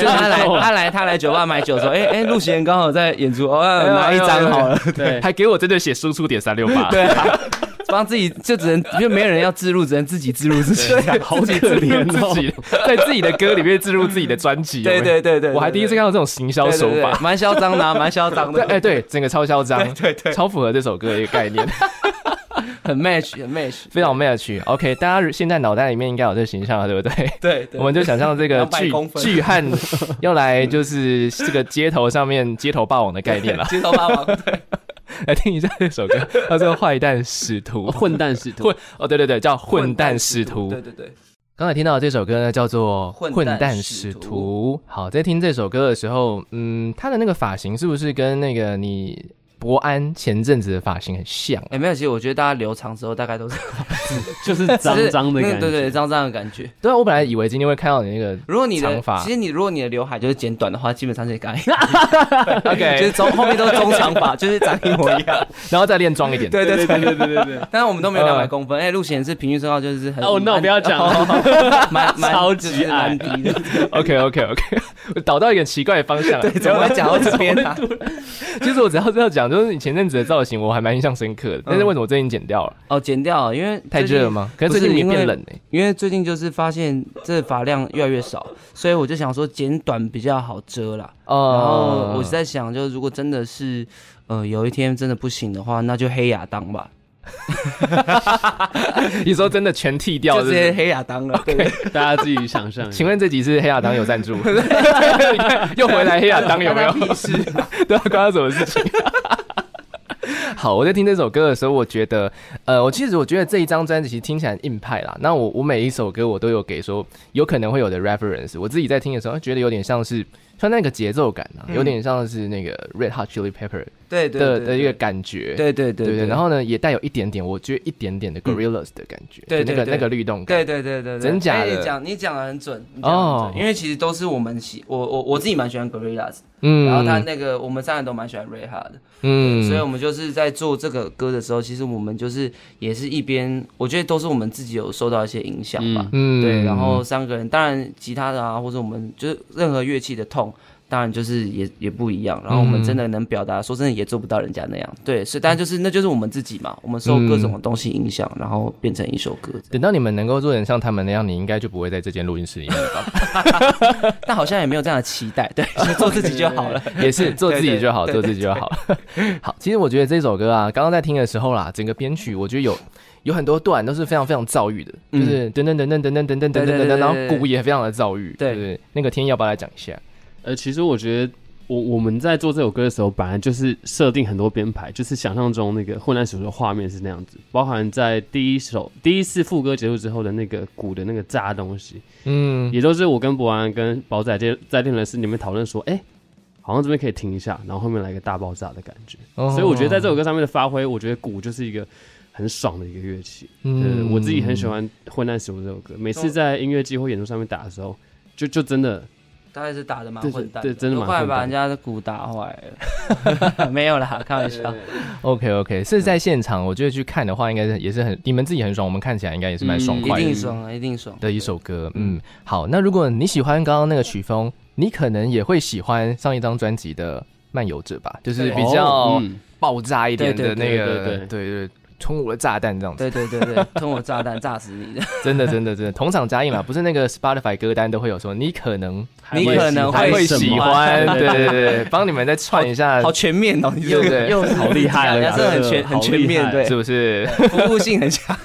Speaker 2: 就是他来
Speaker 3: 没错
Speaker 2: 他来他来酒吧买酒的时候，哎哎，陆贤刚好在演出，哦，
Speaker 1: 哎呦
Speaker 2: 拿一张好 了，
Speaker 3: 对，
Speaker 1: 还给我真的写输出点三六八，
Speaker 2: 对啊， 帮自己就只能就没有人要自录，只能自己自录自己啊， 好
Speaker 1: 自己自入 自己，在自己的歌里面置入自己的专辑，有没
Speaker 2: 对对
Speaker 1: 有
Speaker 2: 对对，
Speaker 1: 我还第一次看到这种行销
Speaker 2: 到
Speaker 1: 手 法，
Speaker 2: 蛮嚣张的啊，蛮嚣张
Speaker 1: 对，哎
Speaker 2: 的，
Speaker 1: 对，整个超嚣张，
Speaker 2: 对对，
Speaker 1: 超符合这首歌的一个概念，
Speaker 2: 很 match 很 match，
Speaker 1: 非常 match。OK，大家现在脑袋里面应该有这个形象了，对不对？
Speaker 2: 对，对
Speaker 1: 我们 就想象这个
Speaker 2: 200
Speaker 1: 巨
Speaker 2: 公分
Speaker 1: 巨 汉要来就是这个街头上面街头霸王的概念了，
Speaker 2: 街头霸王， 对
Speaker 1: 来听一下这首歌，叫做《坏蛋使徒》。
Speaker 3: 混蛋使徒
Speaker 1: 混，哦，对对对，叫《混蛋使徒》
Speaker 2: 对对对，
Speaker 1: 刚才听到的这首歌呢，叫做《
Speaker 2: 混
Speaker 1: 混
Speaker 2: 蛋
Speaker 1: 蛋
Speaker 2: 使
Speaker 1: 使
Speaker 2: 徒
Speaker 1: 徒》。好，在听这首歌的时候，嗯，他的那个发型是不是跟那个你伯安前阵子的发型很像啊？
Speaker 2: 哎，没有，其实我觉得大家留长之后大概都是
Speaker 3: 就是 脏脏的
Speaker 2: 就是那
Speaker 3: 感
Speaker 2: 对对，
Speaker 3: 觉。
Speaker 2: 脏脏的感觉。
Speaker 1: 对啊，我本来以为今天会看到你那个
Speaker 2: 如果你的
Speaker 1: 长发
Speaker 2: 其实你如果你的刘海就是剪短的话，基本上 就是刚才
Speaker 1: OK，
Speaker 2: 就是中后面都是中长发，就是长一模一样。
Speaker 1: 然后再练壮一点。
Speaker 2: 对对
Speaker 3: 对
Speaker 2: 对。
Speaker 3: 对对对对，
Speaker 2: 但是我们都没有
Speaker 1: 嗯
Speaker 2: 两百公分，哎，陆贤是平均身高就是很
Speaker 3: 哦，那我不要讲了。
Speaker 2: 蛮蛮蛮
Speaker 3: 超级
Speaker 2: 就是蛮低的，
Speaker 1: OK OK OK，我导到一个奇怪的方向了。
Speaker 2: 对，怎么会讲到这边啊呢？
Speaker 1: 其实我只要这样讲，就是你前阵子的造型我还蛮印象深刻的，但是为什么我最近剪掉了？
Speaker 2: 哦，剪掉了，因为
Speaker 1: 太
Speaker 2: 最近
Speaker 1: 热了？吗？可是最近
Speaker 2: 不是
Speaker 1: 也变
Speaker 2: 因为
Speaker 1: 冷哎。
Speaker 2: 因为最近就是发现这发量越来越少，所以我就想说剪短比较好遮啦。然
Speaker 1: 哦
Speaker 2: 后我是在想，就是如果真的是，呃，有一天真的不行的话，那就黑亚当吧，
Speaker 1: 你说真的全剃掉，
Speaker 2: 就
Speaker 1: 对不
Speaker 2: 直
Speaker 1: 对
Speaker 2: 接黑亚当了。对，
Speaker 3: 大家自己想象一下。
Speaker 1: 请问这集是黑亚当有 赞助？你看又回来黑亚当有没有？ 对啊，关他什么事情？ 好，我在听这首歌的时候，我觉得，呃，我其实我觉得这一张专辑其实听起来很硬派啦。那我我每一首歌我都有给说有可能会有的 reference，我自己在听的时候觉得有点像是像那个节奏感啊，有点像是那个 Red Hot Chili Pepper
Speaker 2: 嗯对对
Speaker 1: 的
Speaker 2: 对
Speaker 1: 的一个，感觉。
Speaker 2: 对对
Speaker 1: 对
Speaker 2: 对嗯
Speaker 1: 对，然后呢也带有一点点，我觉得一点点的 Gorillas 的感觉，
Speaker 2: 对
Speaker 1: 就那
Speaker 2: 对
Speaker 1: 个
Speaker 2: 对
Speaker 1: 那个律动
Speaker 2: 对
Speaker 1: 感。
Speaker 2: 对对对对，
Speaker 1: 真假的
Speaker 2: 哎你讲你讲的很准你讲得很
Speaker 1: 哦
Speaker 2: 准，因为其实都是我们喜我我我自己蛮喜欢 Gorillaz，
Speaker 1: 嗯
Speaker 2: 然后他那个我们三个都蛮喜欢 Ray h a 的，
Speaker 1: 嗯
Speaker 2: 所以我们就是在做这个歌的时候，其实我们就是也是一边，我觉得都是我们自己有受到一些影响吧。
Speaker 1: 嗯
Speaker 2: 对，然后三个人，当然吉他的啊，或者我们就是任何乐器的痛，当然就是也也不一样。然后我们
Speaker 1: 嗯
Speaker 2: 真的能表达，说真的也做不到人家那样。对，是，但就是那就是我们自己嘛，我们受各
Speaker 3: 嗯
Speaker 2: 种的东西影响，然后变成一首歌。
Speaker 1: 等到你们能够做成像他们那样，你应该就不会在这间录音室里面 了吧？
Speaker 2: 但好像也没有这样的期待，对， 就做自己就好 了。
Speaker 1: 也是做自己就好，
Speaker 2: 对
Speaker 1: 做
Speaker 2: 对
Speaker 1: 自己就好。 好，其实我觉得这首歌啊，刚刚在听的时候啦，整个编曲我觉得有有很多段都是非常非常躁郁的，就是等等等等等等等等等等
Speaker 2: 对对对
Speaker 1: 等，然
Speaker 2: 对
Speaker 1: 后
Speaker 2: 对
Speaker 1: 鼓也非常的躁郁。
Speaker 2: 对
Speaker 1: 不对，那个天要不要来讲一下？
Speaker 3: 呃，其实我觉得我我们在做这首歌的时候，本来就是设定很多编排，就是想象中那个混乱手的画面是那样子，包含在第一首第一次副歌结束之后的那个鼓的那个炸东西，
Speaker 1: 嗯，
Speaker 3: 也都是我跟博安跟宝仔在在练人室里面讨论说，哎、好像这边可以停一下，然后后面来个大爆炸的感觉。
Speaker 1: 哦
Speaker 3: 所以我觉得在这首歌上面的发挥，我觉得鼓就是一个很爽的一个乐器。
Speaker 1: 嗯
Speaker 3: 对，呃我自己很喜欢《混蛋使徒》这首歌，每次在音乐季或演出上面打的时候，就就真的
Speaker 2: 大概是打的蛮
Speaker 3: 对
Speaker 2: 混蛋
Speaker 3: 对真的
Speaker 2: 都
Speaker 3: 蛮
Speaker 2: 快
Speaker 3: 混蛋
Speaker 2: 把人家的鼓打坏了。 没有啦，开玩笑。
Speaker 1: OK OK，是在现场，我觉得去看的话，应该是也是很你们自己很爽，我们看起来应该也是蛮嗯爽
Speaker 2: 一
Speaker 1: 快的
Speaker 2: 定爽啊，一定爽。
Speaker 1: 的一首歌。嗯，好，那如果你喜欢刚刚那个曲风，你可能也会喜欢上一张专辑的《漫游者》吧，就是比较
Speaker 3: 哦嗯
Speaker 1: 爆炸一点
Speaker 2: 对
Speaker 1: 的那
Speaker 2: 对
Speaker 1: 个，
Speaker 3: 对对对
Speaker 1: 对对，冲我的炸弹这样子，
Speaker 2: 对对对对，通我炸弹炸死你的，
Speaker 1: 真的真的真的，同场加映嘛，不是那个 Spotify 歌单都会有说你可能
Speaker 3: 还
Speaker 2: 你
Speaker 3: 会
Speaker 2: 可
Speaker 3: 喜
Speaker 2: 能
Speaker 1: 还
Speaker 3: 欢
Speaker 1: 会
Speaker 3: 什么
Speaker 1: 喜欢，对对对，帮你们再串一下，
Speaker 2: 好全面哦，你这
Speaker 1: 对对
Speaker 2: 个又是
Speaker 3: 好厉害了
Speaker 2: 人家真的很
Speaker 3: 这
Speaker 2: 全
Speaker 3: 个
Speaker 2: 很全面，
Speaker 3: 好厉害
Speaker 1: 是
Speaker 2: 对，
Speaker 1: 不是？
Speaker 2: 服务性很强，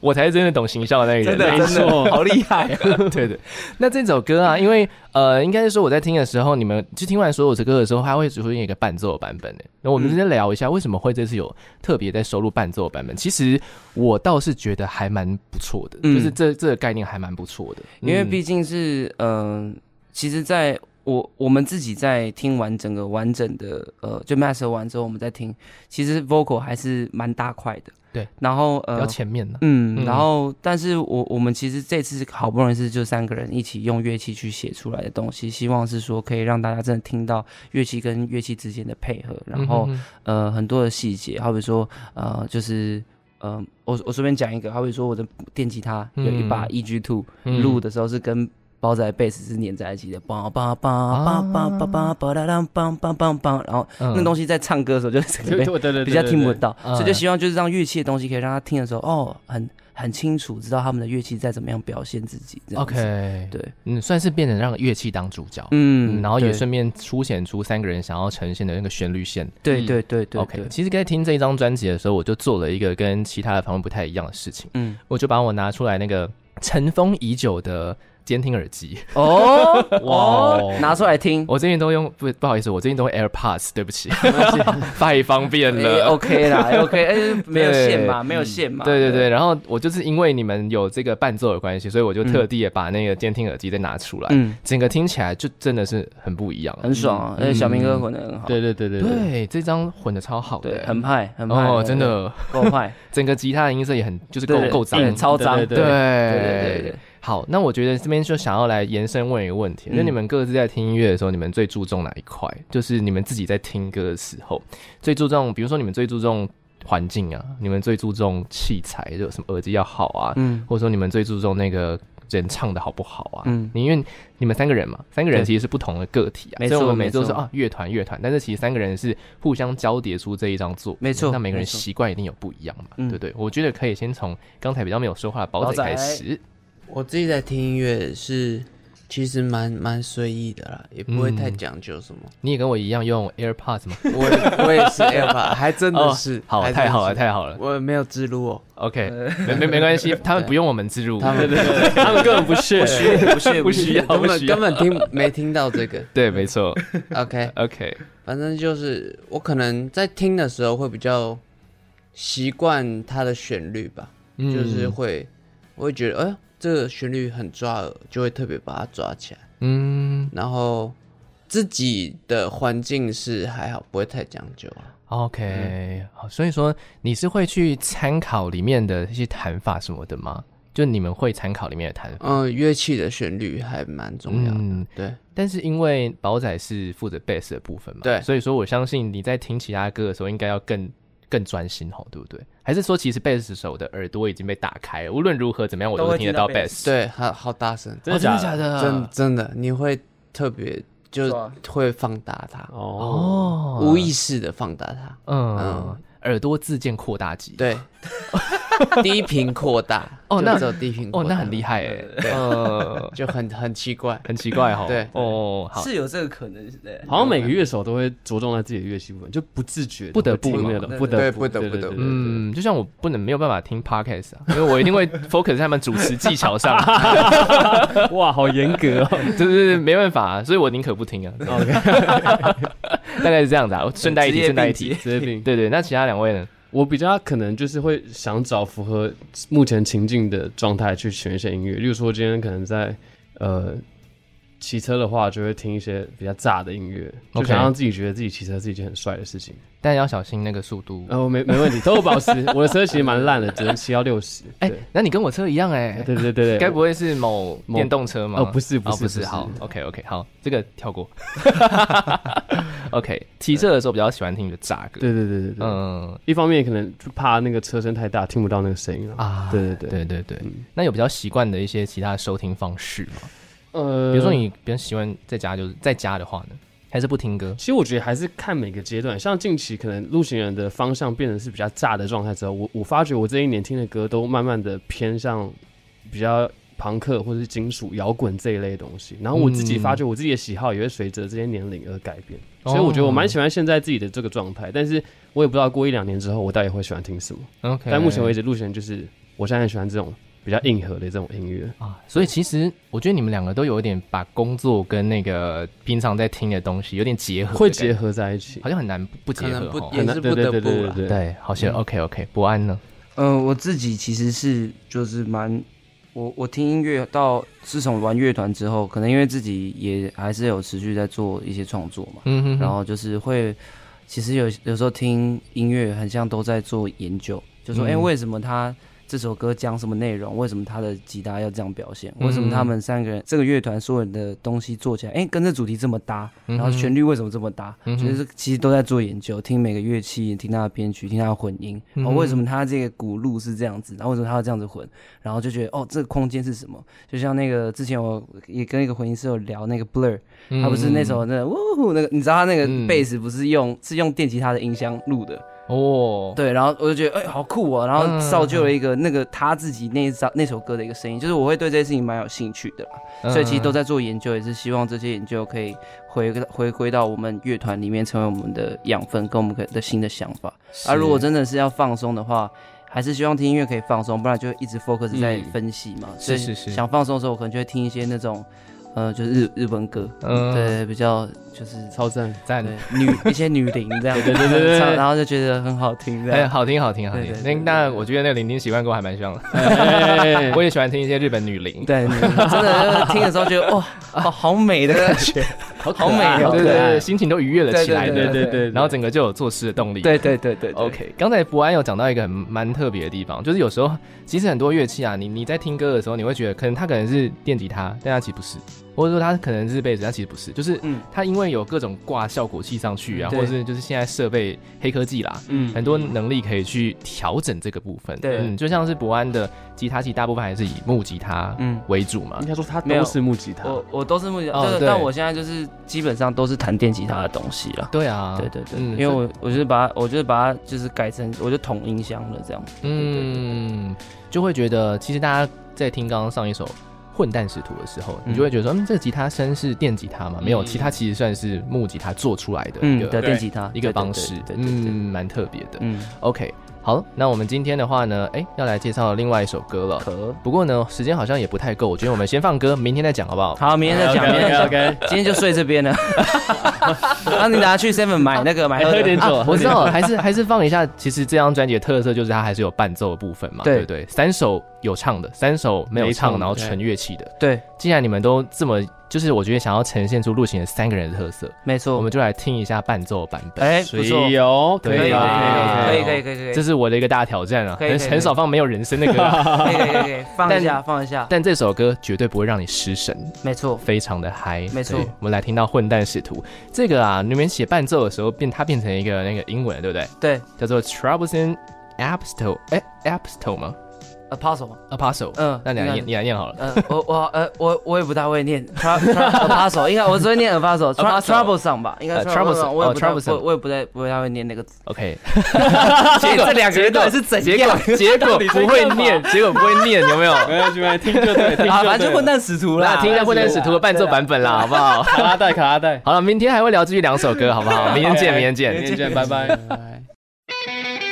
Speaker 1: 我才是真的懂行销的那个
Speaker 2: 真
Speaker 1: 人，
Speaker 2: 的
Speaker 3: 没
Speaker 2: 真的
Speaker 3: 错
Speaker 2: 好厉 害啊，
Speaker 1: 对对，那这首歌啊，因为呃，应该是说我在听的时候，你们就听完所有的歌的时候，它会出现一个伴奏版本的。欸那我们今天聊一下，为什么会这次有特别在收录伴奏版本？其实我倒是觉得还蛮不错的，
Speaker 2: 嗯嗯
Speaker 1: 嗯就是这这个概念还蛮不错的，
Speaker 2: 因为呃
Speaker 1: 嗯
Speaker 2: 毕竟是嗯，其实在。我我们自己在听完整个完整的呃，就 master 完之后，我们再听，其实 vocal 还是蛮大块的。
Speaker 1: 对，
Speaker 2: 然后
Speaker 1: 比
Speaker 2: 呃
Speaker 1: 较，前面呢、
Speaker 2: 嗯，
Speaker 1: 嗯
Speaker 2: 然后但是我我们其实这次好不容易是就三个人一起用乐器去写出来的东西，希望是说可以让大家真的听到乐器跟乐器之间的配合，然后
Speaker 1: 嗯哼
Speaker 2: 呃很多的细节，好比说呃就是呃我我随便讲一个，好比说我的电吉他有一把
Speaker 1: 嗯
Speaker 2: EG Two
Speaker 1: 嗯
Speaker 2: 录的时候是跟包仔贝斯是粘在一起的，梆梆梆梆梆梆梆梆梆梆梆梆梆，然后
Speaker 1: 嗯
Speaker 2: 那东西在唱歌的时候就整
Speaker 3: 对
Speaker 2: 个
Speaker 3: 对对对，
Speaker 2: 比较听不到，
Speaker 1: 嗯
Speaker 2: 所以就希望就是让乐器的东西可以让他听的时候，哦，很很清楚知道他们的乐器在怎么样表现自己。这样子
Speaker 1: OK，
Speaker 2: 对，
Speaker 1: 嗯，算是变成让乐器当主角，
Speaker 2: 嗯
Speaker 1: 嗯，然后也
Speaker 2: 对
Speaker 1: 顺便凸显出三个人想要呈现的那个旋律线。
Speaker 2: 对
Speaker 3: 嗯
Speaker 2: 对对对
Speaker 1: OK，
Speaker 2: 对
Speaker 1: 其实在听这一张专辑的时候，我就做了一个跟其他的访问不太一样的事情，
Speaker 2: 嗯，
Speaker 1: 我就把我拿出来那个尘封已久的监听 耳机，
Speaker 2: 哦
Speaker 3: 哇
Speaker 2: 哦，拿出来听，
Speaker 1: 我最近都用不不好意思，我最近都用 AirPods，对不起， 太方便
Speaker 2: 哎
Speaker 1: 了。
Speaker 2: ，OK 啦哎，OK，哎，没有线嘛，没有线嘛，
Speaker 1: 对对对，然后我就是因为你们有这个伴奏的关系，所以我就特地也把那个监听耳机再拿出来，
Speaker 2: 嗯，
Speaker 1: 整个听起来就真的是很不一样。
Speaker 2: 很爽啊，而且小明哥混的很好，
Speaker 3: 对对对对对
Speaker 1: 对，这张混的超好的，
Speaker 2: 对，很派，很派，
Speaker 1: 哦，
Speaker 2: 对
Speaker 1: 真的，
Speaker 2: 够 派，
Speaker 1: 整个吉他的音色也很就是够
Speaker 2: 对对
Speaker 1: 够脏，
Speaker 2: 对超脏，
Speaker 3: 对
Speaker 1: 对
Speaker 2: 对对对对
Speaker 1: 好，那我觉得这边就想要来延伸问一个问题，就
Speaker 2: 嗯
Speaker 1: 你们各自在听音乐的时候，你们最注重哪一块？就是你们自己在听歌的时候，最注重，比如说你们最注重环境啊，你们最注重器材，就有什么耳机要好啊，
Speaker 2: 嗯
Speaker 1: 或者说你们最注重那个人唱的好不好啊？
Speaker 2: 嗯
Speaker 1: 你因为你们三个人嘛，三个人
Speaker 2: 对
Speaker 1: 其实是不同的个体啊，
Speaker 2: 没
Speaker 1: 所以我们
Speaker 2: 错
Speaker 1: 每次都
Speaker 2: 没
Speaker 1: 是
Speaker 2: 错
Speaker 1: 啊乐团乐团，但是其实三个人是互相交叠出这一张作品，
Speaker 2: 没错
Speaker 1: 那每个人
Speaker 2: 没错
Speaker 1: 习惯一定有不一样嘛，
Speaker 2: 嗯
Speaker 1: 对不对？我觉得可以先从刚才比较没有说话的宝
Speaker 2: 宝
Speaker 1: 仔
Speaker 2: 仔
Speaker 1: 开始，
Speaker 4: 我自己在听音乐是其实蛮蛮随意的啦，也不会太
Speaker 1: 嗯
Speaker 4: 讲究什么。
Speaker 1: 你也跟我一样用 AirPods 吗？哦
Speaker 4: 我也我也是 AirPod，还 真的是，
Speaker 1: 好，
Speaker 4: 还真的
Speaker 1: 太好了，
Speaker 4: 是
Speaker 1: 太好了
Speaker 4: 我没有植入 哦，
Speaker 1: ，OK，没没没关 系，他们不用我们植入，
Speaker 4: 他们
Speaker 3: 对对对，他们根本不屑，
Speaker 1: 不需 不需要，
Speaker 4: 根
Speaker 1: 不
Speaker 4: 本
Speaker 1: 需要
Speaker 4: 根，本听没听到这个
Speaker 1: 对，没错
Speaker 4: ，OK。
Speaker 1: ，OK，
Speaker 4: 反正就是我可能在听的时候会比较习惯它的旋律吧，
Speaker 1: 嗯
Speaker 4: 就是会我会觉得，哎、呦，这个旋律很抓耳，就会特别把它抓起来。
Speaker 1: 嗯
Speaker 4: 然后自己的环境是还好，不会太讲究啊。
Speaker 1: ，OK，好，
Speaker 4: 嗯
Speaker 1: 所以说你是会去参考里面的一些弹法什么的吗？就你们会参考里面的弹法，
Speaker 4: 嗯，乐器的旋律还蛮重要的。
Speaker 1: 嗯，
Speaker 4: 对，
Speaker 1: 但是因为宝仔是负责 bass 的部分嘛，
Speaker 4: 对
Speaker 1: 所以说我相信你在听其他歌的时候，应该要更更专心吼，对不对？还是说其实 bass 手的耳朵已经被打开了，无论如何怎么样，我
Speaker 2: 都
Speaker 1: 都
Speaker 2: 会
Speaker 1: 听得
Speaker 2: 听到
Speaker 1: bass。
Speaker 4: 对，好好大声，
Speaker 3: 真的
Speaker 1: 哦真的
Speaker 3: 假
Speaker 1: 假
Speaker 3: 的？
Speaker 1: 的？
Speaker 4: 真真的，你会特别就是
Speaker 2: 抓
Speaker 4: 会放大它，
Speaker 3: 哦，
Speaker 1: 哦，
Speaker 4: 无意识的放大它。
Speaker 1: 嗯，
Speaker 4: 嗯
Speaker 1: 耳朵自建扩大机，，
Speaker 4: 对，低频扩大。
Speaker 1: 哦
Speaker 4: 就
Speaker 1: 那
Speaker 4: 只有低频扩
Speaker 1: 哦，
Speaker 4: 大
Speaker 1: 那很厉害哎，嗯，
Speaker 4: 就很很奇怪。
Speaker 1: 很奇怪哈，
Speaker 4: 对
Speaker 1: 哦，好，
Speaker 2: 是有这个可能性的。
Speaker 3: 好像每个乐手都会着重在自己的乐器部分，就不自觉
Speaker 1: 不得不
Speaker 3: 听
Speaker 1: 嘛
Speaker 3: 那种，
Speaker 2: 对
Speaker 3: 不得
Speaker 4: 对
Speaker 3: 不
Speaker 4: 不得不
Speaker 3: 对
Speaker 4: 得
Speaker 3: 对对对
Speaker 4: 不
Speaker 3: 对
Speaker 1: 嗯，就像我不能没有办法听 podcast 啊，因为我一定会 focus 在他们主持技巧上，
Speaker 3: 哇，好严格 哦。
Speaker 1: 对对对，没办法、啊，所以我宁可不听啊。
Speaker 3: OK，
Speaker 1: 大概是这样子啊，我顺带一
Speaker 2: 职
Speaker 1: 提，
Speaker 2: 业
Speaker 1: 顺带一
Speaker 2: 病
Speaker 1: 提。
Speaker 3: 职 业病。
Speaker 1: 对对，那其他两位呢？
Speaker 3: 我比较可能就是会想找符合目前情境的状态去选一些音乐，例如说今天可能在呃骑车的话，就会听一些比较炸的音乐，就
Speaker 1: OK
Speaker 3: 想让自己觉得自己骑车是一件很帅的事情。
Speaker 1: 但要小心那个速度。
Speaker 3: 然后哦没没问题，都有保持。我的车其实蛮烂的，只能骑到六十。
Speaker 1: 哎、
Speaker 3: 对
Speaker 1: 那你跟我车一样哎、
Speaker 3: 对对对对，
Speaker 1: 该不会是某
Speaker 3: 某
Speaker 1: 电动车吗？
Speaker 3: 哦不是不
Speaker 1: 哦
Speaker 3: 是
Speaker 1: 不是。
Speaker 3: 不是
Speaker 1: 好，OK OK，好，这个跳过。OK，骑车的时候比较喜欢听你的炸歌。
Speaker 3: 对对对对对，
Speaker 1: 嗯
Speaker 3: 一方面可能就怕那个车声太大，听不到那个声音啊。
Speaker 1: 啊，
Speaker 3: 对对对
Speaker 1: 对对对
Speaker 3: 嗯。
Speaker 1: 那有比较习惯的一些其他收听方式吗？
Speaker 3: 呃，
Speaker 1: 比如说你比较喜欢在家，就是在家的话呢，还是不听歌？
Speaker 3: 其实我觉得还是看每个阶段，像近期可能路行人的方向变成是比较炸的状态之后，我我发觉我这一年听的歌都慢慢的偏向比较朋克或者是金属摇滚这一类的东西，然后我自己
Speaker 1: 嗯
Speaker 3: 发觉我自己的喜好也会随着这些年龄而改变，
Speaker 1: 哦
Speaker 3: 所以我觉得我蛮喜欢现在自己的这个状态，但是我也不知道过一两年之后我到底会喜欢听什么。
Speaker 1: OK，
Speaker 3: 但目前为止，路行人就是我现在很喜欢这种比较硬核的这种音 乐。
Speaker 1: 啊，所以其实我觉得你们两个都有一点把工作跟那个平常在听的东西有点结合，
Speaker 3: 会结，合在一起，
Speaker 1: 好像很难不嗯不结
Speaker 4: 可
Speaker 1: 合
Speaker 4: 能不
Speaker 1: 哦。
Speaker 4: 也是不得不啦啊
Speaker 3: 对对对对对
Speaker 2: 呃
Speaker 1: 对，好像 OK OK，不安呢？
Speaker 2: 嗯，我自己其实是就是蛮，我我听音乐到自从玩乐团之后，可能因为自己也还是有持续在做一些创作嘛，
Speaker 1: 嗯哼，
Speaker 2: 然后就是会，其实有有时候听音乐很像都在做研究，就说
Speaker 1: 嗯
Speaker 2: 哎、诶为什么他这首歌讲什么内容？为什么他的吉他要这样表现？
Speaker 1: 嗯
Speaker 2: 为什么他们三个人这个乐团所有的东西做起来，哎、跟这主题这么搭，
Speaker 1: 嗯哼
Speaker 2: 然后旋律为什么这么搭？
Speaker 1: 嗯哼
Speaker 2: 就是其实都在做研究，听每个乐器，听它的编曲，听它的混音，
Speaker 1: 嗯
Speaker 2: 哦，为什么它这个鼓路是这样子？然后为什么它要这样子混？然后就觉得哦，这个空间是什么？就像那个之前我也跟一个混音师有聊那个 Blur，
Speaker 1: 嗯
Speaker 2: 他不是那首那个呜呼那个，你知道他那个
Speaker 1: 嗯
Speaker 2: 贝斯不是用、是用电吉他的音箱录的，
Speaker 1: 哦，
Speaker 2: 对，然后我就觉得哎、好酷哦，然
Speaker 1: 嗯
Speaker 2: 后造就了一个那个他自己那一张那首歌的一个声音，就是我会对这些事情蛮有兴趣的啦，
Speaker 1: 嗯，
Speaker 2: 所以其实都在做研究，也是希望这些研究可以回回归到我们乐团里面，成为我们的养分跟我们的新的想法。
Speaker 1: 是
Speaker 2: 啊，如果真的是要放松的话，还是希望听音乐可以放松，不然就一直 focus 在
Speaker 3: 嗯
Speaker 2: 分析嘛。
Speaker 1: 是
Speaker 2: 所以
Speaker 1: 是是
Speaker 2: 想放松的时候，我可能就会听一些那种，呃，就是日日本歌，
Speaker 1: 嗯
Speaker 2: 对，比较就是
Speaker 3: 超赞，
Speaker 1: 赞
Speaker 2: 对女一些女伶这样，对
Speaker 3: 对对对对
Speaker 2: 然后就觉得很好听这
Speaker 1: 哎，
Speaker 2: 样。
Speaker 1: 好听，好听，好
Speaker 2: 对
Speaker 1: 听
Speaker 2: 对。
Speaker 1: 那
Speaker 2: 对
Speaker 1: 那我觉得那个聆听习惯跟我还蛮像的，
Speaker 3: 哎
Speaker 1: 我也喜欢听一些日本女伶。
Speaker 2: 对，女真的就是听的时候觉得哇，好好美的感觉，
Speaker 3: 好
Speaker 2: 好美
Speaker 3: 哦
Speaker 2: 哦，
Speaker 1: 对
Speaker 3: 对
Speaker 1: 对
Speaker 2: 可
Speaker 1: 对，
Speaker 2: 爱
Speaker 1: 心情都愉悦了起来
Speaker 3: 对
Speaker 1: 的，
Speaker 3: 对对对，
Speaker 1: 然后整个就有做事的动力。
Speaker 2: 对对对对对
Speaker 1: OK，刚才博安有讲到一个很蛮特别的地方，就是有时候其实很多乐器啊，你你在听歌的时候，你会觉得可能它可能是电吉他，但它其实不是，或者说它可能是贝斯，它其实不是，就是
Speaker 2: 嗯
Speaker 1: 它因为有各种挂效果器上去啊，或
Speaker 2: 对
Speaker 1: 者是就是现在设备黑科技啦，
Speaker 3: 嗯
Speaker 1: 很多能力可以去调整这个部分。
Speaker 2: 对
Speaker 1: 嗯，就像是博安的吉他，其实大部分还是以木吉他
Speaker 2: 嗯
Speaker 1: 为主嘛
Speaker 3: 应。该说他
Speaker 2: 没
Speaker 3: 都
Speaker 2: 有
Speaker 3: 是木吉他，
Speaker 2: 我我都是目前，
Speaker 1: 哦
Speaker 2: 对
Speaker 1: 对
Speaker 2: 但我现在就是基本上都是弹电吉他的东西了。
Speaker 1: 对啊，
Speaker 2: 对对对，
Speaker 1: 嗯
Speaker 2: 因为我我就是把它，我就是把它就是改成，我就统音箱了这样。对对
Speaker 1: 嗯，就会觉得其实大家在听刚刚上一首《混蛋使徒》的时候，
Speaker 2: 嗯
Speaker 1: 你就会觉得说，嗯，这个吉他声是电吉他嘛？没有，
Speaker 3: 嗯
Speaker 1: 其他其实算是木吉他做出来的一
Speaker 2: 嗯，
Speaker 1: 个
Speaker 2: 的电吉他
Speaker 1: 一个方式，
Speaker 2: 对对对对对，
Speaker 1: 嗯，蛮特别的。
Speaker 2: 嗯，
Speaker 1: OK，好，那我们今天的话呢，哎，要来介绍另外一首歌了。
Speaker 2: 可
Speaker 1: 不过呢，时间好像也不太够，我觉得我们先放歌，明天再讲好不好？
Speaker 2: 好，明天再讲，明天再
Speaker 3: OK
Speaker 2: 讲。
Speaker 3: OK，
Speaker 2: 今天就睡这边了，那你等下去 Seven 买那
Speaker 1: 哎
Speaker 2: 个买啊喝
Speaker 3: 喝点
Speaker 2: 的，
Speaker 3: 酒，
Speaker 1: 我知道，还是 还是放一下。其实这张专辑的特色就是它还是有伴奏的部分嘛，
Speaker 2: 对
Speaker 1: 对不对？三首有唱的，三首没有
Speaker 3: 没唱
Speaker 1: 唱，
Speaker 3: 的
Speaker 1: 然后
Speaker 3: 对
Speaker 1: 纯乐器的。
Speaker 2: 对，
Speaker 1: 既然你们都这么，就是我觉得想要呈现出陆行的三个人的特色，
Speaker 2: 没错，
Speaker 1: 我们就来听一下伴奏版本。
Speaker 2: 哎不错，
Speaker 3: 水油
Speaker 1: 可
Speaker 2: 可
Speaker 1: 以
Speaker 2: 以
Speaker 1: 吧
Speaker 2: 可以可
Speaker 1: 可
Speaker 2: 以可以可以可以可以
Speaker 1: 这是我的一个大挑战啊，
Speaker 2: 哎可以可以
Speaker 1: 很
Speaker 2: 可以
Speaker 1: 很少放没有人声的 歌，
Speaker 2: 可以可以可以可以放一下放一下，
Speaker 1: 但这首歌绝对不会让你失神，
Speaker 2: 没错，
Speaker 1: 非常的嗨。
Speaker 2: 没错
Speaker 1: 对我们来听到《混蛋使徒》这个啊，你们写伴奏的时候变它变成一个那个英文的，对不对？
Speaker 2: 对
Speaker 1: 叫做 Troublesome Apostle，哎，Apostle 吗
Speaker 2: Apostle，
Speaker 1: ？Apostle，
Speaker 2: 嗯
Speaker 1: 那你来念，你来念好了。
Speaker 2: 呃，我我呃我我也不太会念 tra tra apostle，应该我只会念 apostle tra
Speaker 1: Apostle
Speaker 2: trouble 上吧，应该
Speaker 1: 呃
Speaker 2: trouble
Speaker 1: troublesome，
Speaker 2: 上，我也不太
Speaker 1: 哦，troublesome
Speaker 2: 我我也不太不太会念那个字。
Speaker 1: OK，
Speaker 2: 结 果这两个人到底是怎
Speaker 1: 结
Speaker 2: 样
Speaker 1: 果？结果不会 念，结果不会念，有没有？
Speaker 3: 没关系，没关系，听就对，听
Speaker 2: 啊，反正
Speaker 3: 就对
Speaker 2: 就混。蛋使徒
Speaker 1: 那
Speaker 2: 啦，啊
Speaker 1: 听一下《混蛋使徒》的伴奏版本啦，好不好？
Speaker 3: 卡拉带，卡拉带，
Speaker 1: 好了，明天还会聊这两首歌，好不 好？明天见，明天见
Speaker 3: 明。天见，拜拜。
Speaker 4: 拜。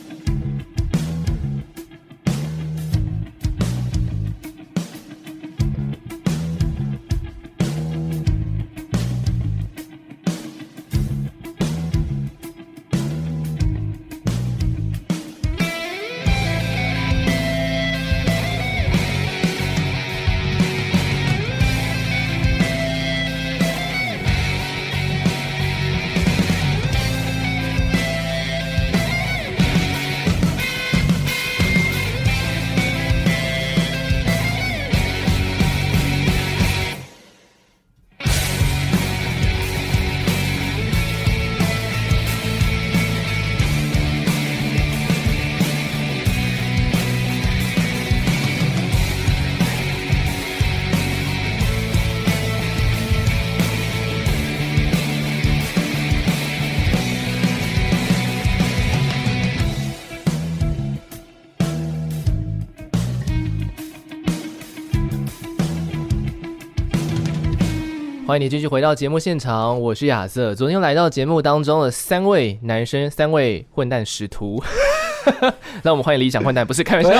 Speaker 5: Thank
Speaker 1: 欢迎你继续回到节目现场，我是亚瑟。昨天来到节目当中的三位男生，三位混蛋使徒， 让我们欢迎理想混蛋，不是 开玩笑。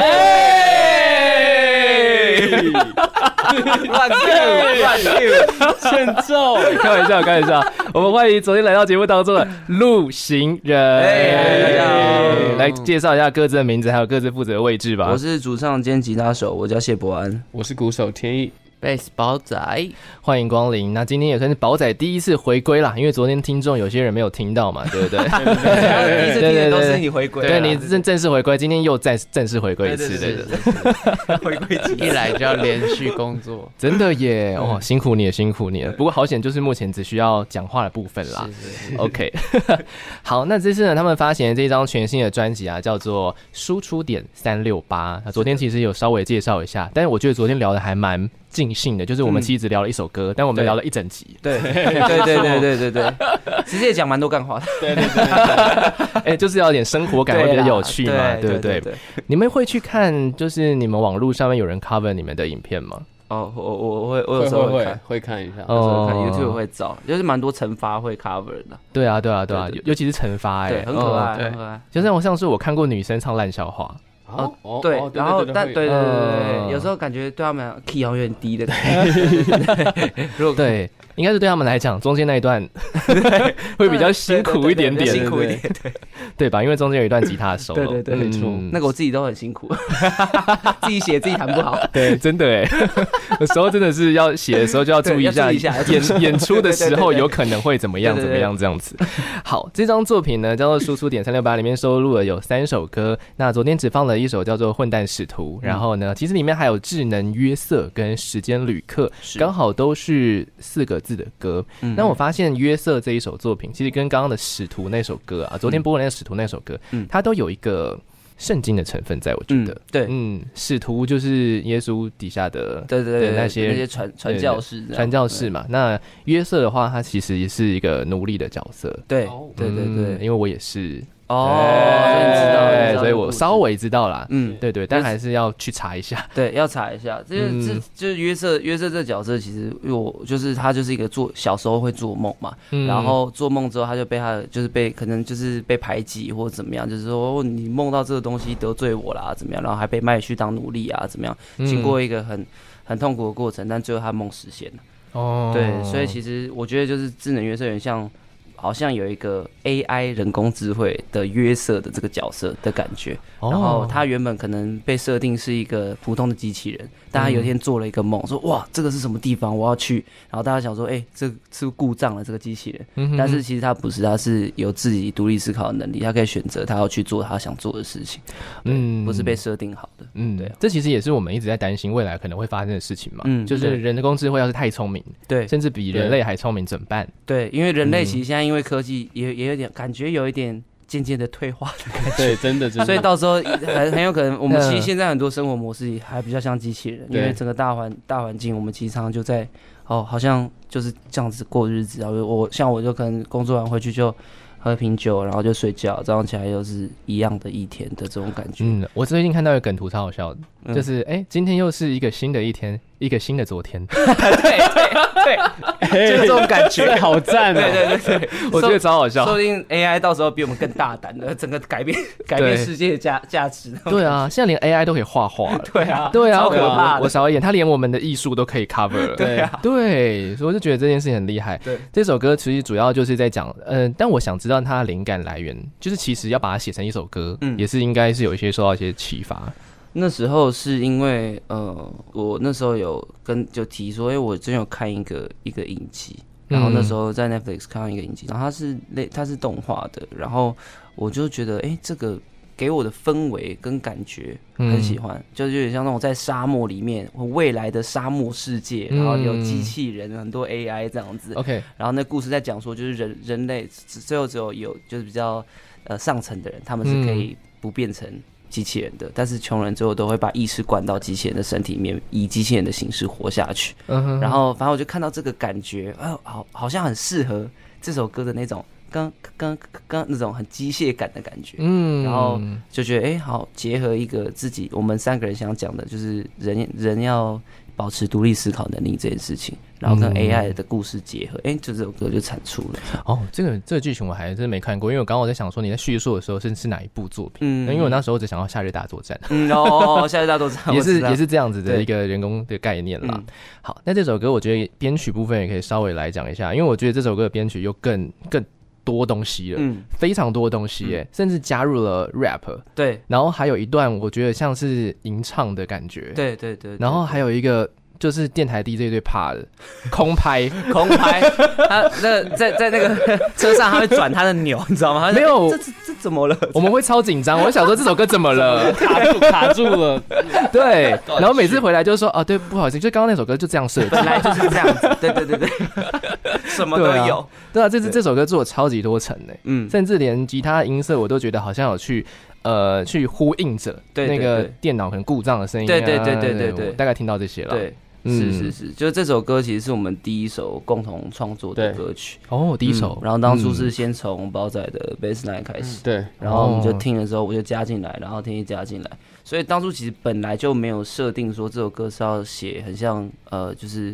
Speaker 4: 乱 Q 乱 Q，
Speaker 3: 欠揍！
Speaker 1: 开玩笑，开玩笑。我们欢迎昨天来到节目当中的陆行
Speaker 2: 哎
Speaker 1: 人，
Speaker 2: 大
Speaker 1: 来介绍一下各自的名字，还有各自负责的位置吧
Speaker 2: 我。是主唱兼吉他手，我叫谢伯安。
Speaker 3: 我是鼓手天意，
Speaker 4: 贝斯包仔，
Speaker 1: 欢迎光临。那今天也算是宝仔第一次回归啦，因为昨天听众有些人没有听 到嘛，对不对？
Speaker 2: 第一次听的都是你回归啊，
Speaker 1: 对你正正式回归，今天又再正式回归一
Speaker 2: 对
Speaker 1: 次，
Speaker 2: 对对
Speaker 1: 对对，
Speaker 2: 对对，回归几
Speaker 4: 一来就要连续工作
Speaker 1: 真的耶，哦，
Speaker 2: 嗯
Speaker 1: 辛苦你了，辛苦你了。不过好险，就是目前只需要讲话的部分啦。OK，好，那这次呢，他们发行的这张全新的专辑啊，叫做《输出点三六八》。那昨天其实有稍微介绍一下，但是我觉得昨天聊的还蛮尽兴的，就是我们其实只聊了一首歌，但我们
Speaker 2: 嗯对
Speaker 1: 聊了一整集。
Speaker 2: 对对对对对对对，其实也讲蛮多干话的，
Speaker 1: 哎、就是要有点生活感，会
Speaker 2: 对
Speaker 1: 觉
Speaker 2: 啦
Speaker 1: 得有趣嘛，对
Speaker 2: 对
Speaker 1: 不
Speaker 2: 对
Speaker 1: 对？？你们会去看，就是你们网络上面有人 cover 你们的影片吗？
Speaker 2: 哦，我我我会我有
Speaker 3: 会
Speaker 2: 时候
Speaker 3: 会
Speaker 2: 会
Speaker 3: 会
Speaker 2: 看，
Speaker 3: 会看一下。
Speaker 2: 有时候会看
Speaker 1: 哦
Speaker 2: YouTube 会找，就是蛮多惩罚会 cover 的，
Speaker 1: 对啊，对啊，对啊，
Speaker 2: 对对对
Speaker 1: 尤尤其是惩罚、哎，
Speaker 2: 对，很可
Speaker 1: 哦
Speaker 2: 爱，
Speaker 3: 对
Speaker 2: 很可爱。
Speaker 1: 就像我上次我看过女生唱烂 笑话，
Speaker 3: 哦哦
Speaker 2: 对
Speaker 3: 哦，
Speaker 2: 然后
Speaker 3: 对
Speaker 2: 但
Speaker 3: 会
Speaker 2: 对对对对
Speaker 1: 嗯
Speaker 2: 对，有时候感觉对他们 key 好像有点低的感觉。对对对如果
Speaker 1: 对，应该是对他们来讲，中间那一段 会比较辛苦一点
Speaker 2: 对对对
Speaker 1: 点
Speaker 2: 辛，苦一点。
Speaker 1: 对吧？因为中间有一段吉他手，
Speaker 2: 对对对
Speaker 1: 嗯
Speaker 2: 没
Speaker 3: 错
Speaker 2: 那个我自己都很辛苦，自己写自己弹不好，
Speaker 1: 对，真的哎，有时候真的是要写的时候就要注意一下，
Speaker 2: 对要注意一下
Speaker 1: 演演出的时
Speaker 2: 对对
Speaker 1: 候
Speaker 2: 对对对
Speaker 1: 有可能会怎么样
Speaker 2: 对
Speaker 1: 怎
Speaker 2: 对
Speaker 1: 么
Speaker 2: 对
Speaker 1: 样这样子。好，这张作品呢叫做《输出点三六八》，里面收录了有三首歌。那昨天只放了一首叫做《混蛋使徒》，
Speaker 2: 嗯
Speaker 1: 然后呢，其实里面还有《智能约瑟》跟《时间旅客》，刚好都是四个字的歌。
Speaker 2: 嗯
Speaker 1: 那我发现《约瑟》这一首作品，其实跟刚刚的《使徒》那首歌啊，昨天播的那个《使徒》那首歌，
Speaker 2: 嗯
Speaker 1: 它都有一个圣经的成分在，我觉
Speaker 2: 嗯
Speaker 1: 得。
Speaker 2: 对
Speaker 1: 嗯，使徒就是耶稣底下的
Speaker 2: 对对对
Speaker 1: 对那些
Speaker 2: 那些传传教士这样
Speaker 1: 传教士嘛。那约瑟的话，他其实也是一个奴隶的角色。
Speaker 2: 对
Speaker 3: 哦
Speaker 2: 对对
Speaker 1: 嗯
Speaker 2: 对
Speaker 1: 因为我也是，
Speaker 2: 哦，所以你知道
Speaker 1: 对
Speaker 2: 你知道
Speaker 1: 所以
Speaker 2: 这个
Speaker 1: 我
Speaker 2: 故事
Speaker 1: 稍微知道啦。
Speaker 2: 嗯
Speaker 1: 对对，但还是要去查一下。
Speaker 2: 对要查一下，这
Speaker 1: 嗯
Speaker 2: 个这就是约瑟约瑟这角色，其实我就是他就是一个做小时候会做梦嘛，
Speaker 1: 嗯
Speaker 2: 然后做梦之后他就被他的就是被可能就是被排挤或怎么样，就是说哦你梦到这个东西得罪我啦怎么样，然后还被卖去当奴隶啊怎么样，经过一个很很痛苦的过程，但最后他梦实现了。
Speaker 1: 哦
Speaker 2: 对，所以其实我觉得就是智能约瑟有点像，好像有一个 AI 人工智慧的约瑟的这个角色的感觉。
Speaker 1: 哦
Speaker 2: 然后他原本可能被设定是一个普通的机器人，但他有一天做了一个梦，说哇这个是什么地方，我要去。然后大家想说，哎、这是不是故障了这个机器人。
Speaker 1: 嗯
Speaker 2: 但是其实他不是，他是有自己独立思考的能力，他可以选择他要去做他想做的事情，
Speaker 1: 嗯
Speaker 2: 不是被设定好的。
Speaker 1: 嗯
Speaker 2: 对啊
Speaker 1: 这其实也是我们一直在担心未来可能会发生的事情嘛。
Speaker 2: 嗯
Speaker 1: 就是
Speaker 2: 对
Speaker 1: 人工智慧要是太聪明，
Speaker 2: 对
Speaker 1: 甚至比人类还聪明怎么办？
Speaker 2: 对，因为人
Speaker 1: 嗯
Speaker 2: 类其实现在因为科技也也有点感觉有一点渐渐的退化的感觉。
Speaker 3: 对，真的真 的。
Speaker 2: 所以到时候很很有 可能，我们
Speaker 1: 嗯
Speaker 2: 其实现在很多生活模式还比较像机器人，因
Speaker 3: 对
Speaker 2: 为整个大环大环境，我们其实常常就在哦，好像就是这样子过日子啊。我我像我就可能工作完回去就喝瓶酒，然后就睡觉，早上起来又是一样的一天的这种感觉。
Speaker 1: 嗯，我最近看到一个梗图超好笑的，
Speaker 2: 嗯
Speaker 1: 就是哎、诶今天又是一个新的一天，一个新的昨 天，
Speaker 3: 就是这种感觉，好赞
Speaker 2: 对
Speaker 3: 哦！
Speaker 2: 对对对，
Speaker 1: 我觉得超好笑
Speaker 2: 说。不定 AI 到时候比我们更大胆 了，整个改变改变世界的价价值。
Speaker 1: 对 啊，现在连 AI 都可以画画了。
Speaker 2: 对啊，
Speaker 1: 对啊，
Speaker 2: 超
Speaker 1: 我
Speaker 2: 可怕
Speaker 1: 我
Speaker 2: 的
Speaker 1: 我少一点，他连我们的艺术都可以 cover 了。
Speaker 2: 对啊
Speaker 1: 对，所以我就觉得这件事情很厉害。
Speaker 2: 对，
Speaker 1: 这首歌其实主要就是在讲，嗯、但我想知道它的灵感来源，就是其实要把它写成一首歌，
Speaker 2: 嗯
Speaker 1: 也是应该是有一些受到一些启发。
Speaker 2: 那时候是因为呃，我那时候有跟就提说，哎、我真有看一个一个影集，
Speaker 1: 嗯
Speaker 2: 然后那时候在 Netflix 看到一个影集，然后它是类它是动画的，然后我就觉得，哎、这个给我的氛围跟感觉
Speaker 1: 嗯
Speaker 2: 很喜欢，就是有点像那种在沙漠里面未来的沙漠世界，
Speaker 1: 嗯
Speaker 2: 然后有机器人、很多 AI 这样子，
Speaker 1: OK，
Speaker 2: 然后那故事在讲说，就是人人类只最后只有有就是比较呃上层的人，他们是可以不变成机器人的，但是穷人最后都会把意识灌到机器人的身体里面，以机器人的形式活下去。
Speaker 1: 嗯哼，
Speaker 2: 然后反正我就看到这个感觉，啊、好好像很适合这首歌的那种刚刚刚那种很机械感的感觉。
Speaker 1: 嗯
Speaker 2: 然后就觉得哎、诶好，结合一个自己我们三个人想讲的，就是人人要保持独立思考能力这件事情，然后跟
Speaker 1: 嗯
Speaker 2: AI 的故事结合，哎、就这首歌就产出了。
Speaker 1: 哦，这个这个剧情我还真没看过，因为我刚刚我在想说你在叙述的时候是是哪一部作品，
Speaker 2: 嗯
Speaker 1: 因为我那时候只想要《夏日大作战》。
Speaker 2: 嗯哦，夏日大作 战
Speaker 1: 也是也
Speaker 2: 是
Speaker 1: 是这样子的
Speaker 2: 对
Speaker 1: 一个人工的概念啦。
Speaker 2: 嗯
Speaker 1: 好，那这首歌我觉得编曲部分也可以稍微来讲一下，因为我觉得这首歌的编曲又更更多东西了，
Speaker 2: 嗯
Speaker 1: 非常多东西耶、甚至加入了 rap，
Speaker 2: 对
Speaker 1: 然后还有一段我觉得像是吟唱的感觉，，
Speaker 2: 对对对，
Speaker 1: 然后还有一个。就是电台 DJ 最怕的空 拍，
Speaker 2: 空拍，他那个在在那个 车上，他会转他的钮，你知道吗？他就哎
Speaker 1: 没有
Speaker 2: 这这这怎么了？
Speaker 1: 我们会超紧张。我想说这首歌怎么了？
Speaker 3: 卡住卡住了，
Speaker 1: 对，然后每次回来就说啊，对，不好意思，就刚刚那首歌就这样设计。
Speaker 2: 本来就是这样子，对对对 对，什么都
Speaker 1: 对啊
Speaker 2: 有，
Speaker 1: 对啊，这次
Speaker 2: 对
Speaker 1: 这首歌做的超级多层呢、
Speaker 2: 嗯，
Speaker 1: 甚至连吉他音色我都觉得好像有去呃去呼应着
Speaker 2: 对对
Speaker 1: 那个
Speaker 2: 对
Speaker 1: 电脑可能故障的声音、啊，
Speaker 2: 对对对对对对
Speaker 1: 我大概听到这些了。，
Speaker 2: 对，
Speaker 1: 嗯
Speaker 2: 是是是，就是这首歌其实是我们第一首共同创作的
Speaker 3: 对
Speaker 2: 歌曲，
Speaker 1: 哦，第一首，
Speaker 2: 嗯然后当初是先从包仔的 bass line 开始，
Speaker 3: 对，
Speaker 2: 然后我们就
Speaker 1: 哦
Speaker 2: 听的时候我就加进来，然后听一加进来，所以当初其实本来就没有设定说这首歌是要写很像呃就是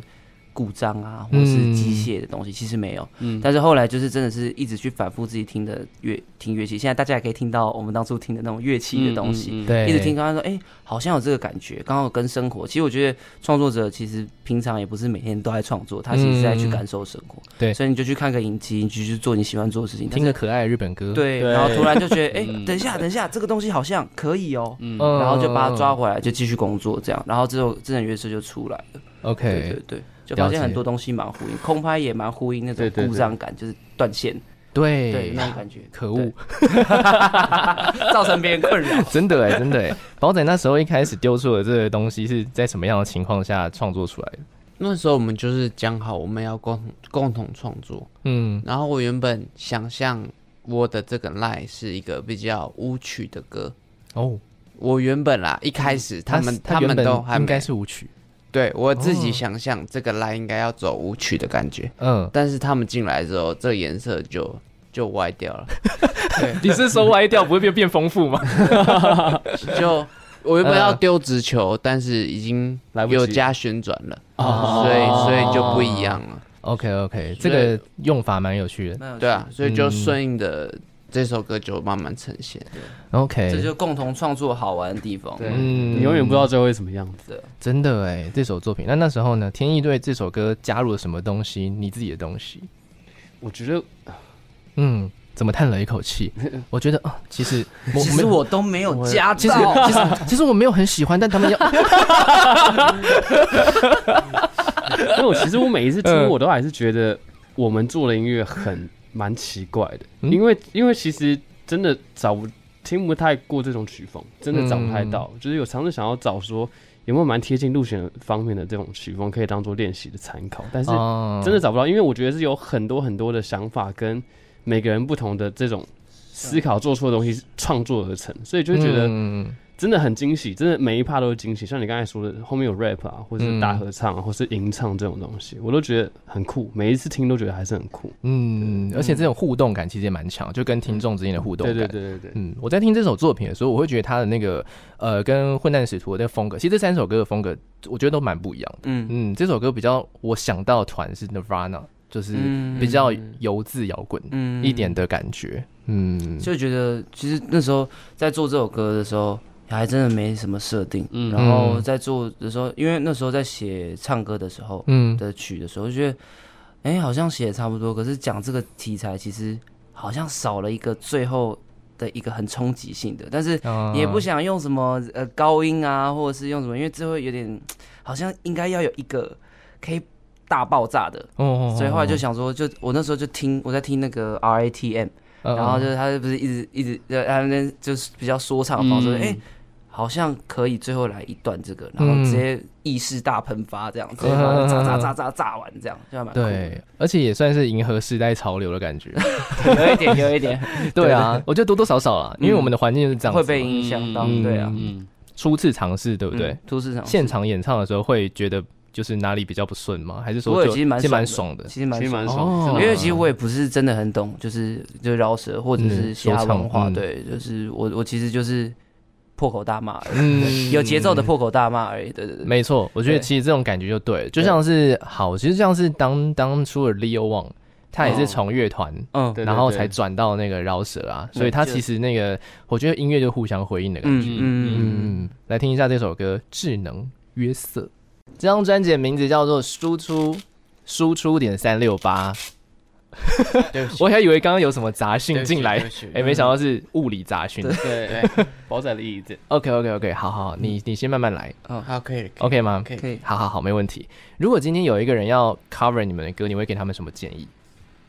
Speaker 2: 故障啊或是机械的东西，其实没有，
Speaker 3: 嗯，
Speaker 2: 但是后来就是真的是一直去反复自己听的乐听乐器，现在大家也可以听到我们当初听的那种乐器的东西，
Speaker 3: 嗯嗯嗯
Speaker 1: 对，
Speaker 2: 一直听，刚刚说，哎、好像有这个感觉，刚好跟生活。其实我觉得创作者其实平常也不是每天都在创作，他其实是在
Speaker 3: 嗯
Speaker 2: 去感受生活。
Speaker 1: 对
Speaker 2: 所以你就去看个影集，你就去做你喜欢做的事情。
Speaker 1: 听
Speaker 2: 但
Speaker 1: 个
Speaker 2: 是
Speaker 1: 可爱的日本歌，，
Speaker 2: 对，
Speaker 3: 对
Speaker 2: 然后突然就 觉得，哎、
Speaker 3: 嗯
Speaker 2: 等一下，等一下，这个东西好像可以哦、
Speaker 3: 嗯
Speaker 1: 嗯
Speaker 2: 然后就把它抓回来，就继续工作这样。然后之后智能乐社就出来了。
Speaker 1: ，OK，
Speaker 2: 对对对，就发
Speaker 1: 了解
Speaker 2: 现很多东西蛮呼应，空拍也蛮呼应那种
Speaker 3: 对对对
Speaker 2: 故障感，就是断线，
Speaker 1: 对
Speaker 2: 对那种感觉，
Speaker 1: 可恶，
Speaker 2: 对，造成别人 困扰。
Speaker 1: 真的哎、真的哎、宝仔那时候一开始丢出的这个东西是在什么样的情况下创作出来的？
Speaker 4: 那时候我们就是讲好我们要共同共同创作，
Speaker 1: 嗯，
Speaker 4: 然后我原本想象我的这个 line 是一个比较舞曲的歌，
Speaker 1: 哦，
Speaker 4: 我原本啦一开始他们
Speaker 1: 嗯他原
Speaker 4: 们
Speaker 1: 本
Speaker 4: 都还
Speaker 1: 应
Speaker 4: 没
Speaker 1: 该，是舞曲，
Speaker 4: 对我自己
Speaker 1: 哦
Speaker 4: 想象这个 line 应该要走舞曲的感觉，
Speaker 1: 嗯，
Speaker 4: 但是他们进来之后，这个颜色就就歪掉了，
Speaker 1: 你是说歪掉不会变变丰富 吗？
Speaker 4: 就我原 本要
Speaker 1: 嗯
Speaker 4: 丢直球，但是已经
Speaker 3: 来不及
Speaker 4: 有加旋转了，
Speaker 3: 哦
Speaker 4: 所以所以就不一样了。
Speaker 1: OK OK，这个用法蛮有趣的。
Speaker 4: 对啊，所以就顺应的这首歌就慢慢呈现。
Speaker 1: OK，
Speaker 2: 这就是共同创作好玩的地方。
Speaker 3: 对，
Speaker 1: 嗯
Speaker 3: 你永远不知道最后会什么样子。
Speaker 1: 真的哎，这首作品。那那时候呢，天意对这首歌加入了什么东西？你自己的东西？
Speaker 3: 我觉得
Speaker 1: 嗯，怎么叹了一口气？我觉得啊、其实我
Speaker 2: 其
Speaker 1: 没
Speaker 2: 实我都没有加
Speaker 1: 其实
Speaker 2: 到，
Speaker 1: 其实其实我没有很喜欢，但他们要
Speaker 3: 因为我其实我每一次听，
Speaker 1: 嗯
Speaker 3: 我都还是觉得我们做的音乐很蛮奇怪的，
Speaker 1: 嗯
Speaker 3: 因为因为其实真的找不听不太过这种曲风，真的找不太到。
Speaker 1: 嗯
Speaker 3: 就是有尝试想要找说有没有蛮贴近入选方面的这种曲风，可以当做练习的参考，但是
Speaker 1: 哦
Speaker 3: 真的找不到，因为我觉得是有很多很多的想法跟每个人不同的这种思考做出的东西创作而成，所以就会觉得
Speaker 1: 嗯
Speaker 3: 真的很惊喜，真的每一趴都是惊喜。像你刚才说的，后面有 rap 啊，或是大合唱、啊，或是吟唱这种东西，我都觉得很酷。每一次听都觉得还是很酷。
Speaker 1: 嗯，而且这种互动感其实也蛮强，就
Speaker 2: 嗯
Speaker 1: 跟听众之间的互动
Speaker 3: 对
Speaker 1: 感。
Speaker 3: 对对对对，
Speaker 1: 嗯，我在听这首作品的时候，我会觉得他的那个呃，跟混蛋使徒的那个风格，其实这三首歌的风格，我觉得都蛮不一样的。
Speaker 2: 嗯，
Speaker 1: 嗯，这首歌比较我想到的团是 Nirvana，就是
Speaker 2: 嗯
Speaker 1: 比较油渍摇滚
Speaker 2: 嗯
Speaker 1: 一点的感觉。嗯，
Speaker 2: 就觉得其实那时候在做这首歌的时候，还真的没什么设定。
Speaker 3: 嗯
Speaker 2: 然后在做的时候，因为那时候在写唱歌的时候
Speaker 1: 嗯
Speaker 2: 的曲的时候，就觉得，哎，好像写的差不多，可是讲这个题材其实好像少了一个最后的一个很冲击性的，但是
Speaker 1: 啊
Speaker 2: 也不想用什么呃高音啊，或者是用什么，因为这会有点好像应该要有一个可以大爆炸的，
Speaker 1: 哦哦，哦
Speaker 2: 所以后来就，想说，就我那时候就听我在听那个 R A T M，
Speaker 1: 哦
Speaker 2: 然后就是他不是一直一直就他们就是比较说唱的方式，
Speaker 1: 嗯
Speaker 2: 哎、好像可以最后来一段这个，然后直接意识大喷发这样，直接把它炸炸炸炸炸完这样，就还蛮酷的
Speaker 1: 嗯对，，而且也算是迎合时代潮流的 感觉。
Speaker 2: 有一点有一点
Speaker 1: 对啊，我觉得多多少少啦，因为我们的环境是 这样
Speaker 2: 嗯
Speaker 1: 子嘛，
Speaker 2: 会被影响到，
Speaker 1: 嗯
Speaker 2: 对啊，
Speaker 3: 嗯，
Speaker 1: 初次尝试，对不对
Speaker 2: 嗯？，都市场
Speaker 1: 现场演唱的时候会觉得就是哪里比较不顺吗？还是说
Speaker 2: 我
Speaker 1: 就
Speaker 2: 其实蛮爽
Speaker 1: 蛮爽的？
Speaker 2: 其实蛮
Speaker 3: 其实蛮
Speaker 2: 爽的。
Speaker 3: 爽的。
Speaker 1: 哦
Speaker 2: 因为其实
Speaker 3: 实
Speaker 2: 我也不是真的很懂，就是就饶舌或者
Speaker 1: 嗯
Speaker 2: 是嘻哈
Speaker 1: 说唱
Speaker 2: 文化，
Speaker 1: 嗯
Speaker 2: 对，就是我我其实就是破口大骂而已，
Speaker 1: 嗯
Speaker 2: 有节奏的破口大骂而已。对对对，
Speaker 1: 没错，我觉得
Speaker 2: 对
Speaker 1: 其实这种感觉就对了，就像是好，其实像是当当初的 Leo Wang，他也是从乐团，
Speaker 2: 嗯
Speaker 3: 对
Speaker 1: 然后
Speaker 3: 对
Speaker 1: 才转到那个饶舌啊，
Speaker 2: 对
Speaker 1: 所以他
Speaker 2: 就
Speaker 1: 其实那个，我觉得音乐就互相回应的感
Speaker 2: 嗯
Speaker 1: 觉。
Speaker 2: 嗯嗯嗯，
Speaker 1: 嗯，来听一下这首歌《智能约瑟》，这张专辑的名字叫做《输出输出点三六八》，
Speaker 4: 对不起，
Speaker 1: 我还以为刚刚有什么杂
Speaker 4: 对
Speaker 1: 讯
Speaker 4: 不起
Speaker 1: 进来
Speaker 4: 对，不起
Speaker 1: 哎，没想到是物理杂讯。
Speaker 3: 对，对宝仔的意见。
Speaker 1: OK OK OK，好好，好你你先慢慢来
Speaker 4: 好，可以了，
Speaker 1: ，OK 吗？
Speaker 4: 可以，
Speaker 2: 可以。
Speaker 1: 好好好，没问题。如果今天有一个人要 cover 你们的歌，你会给他们什么建议？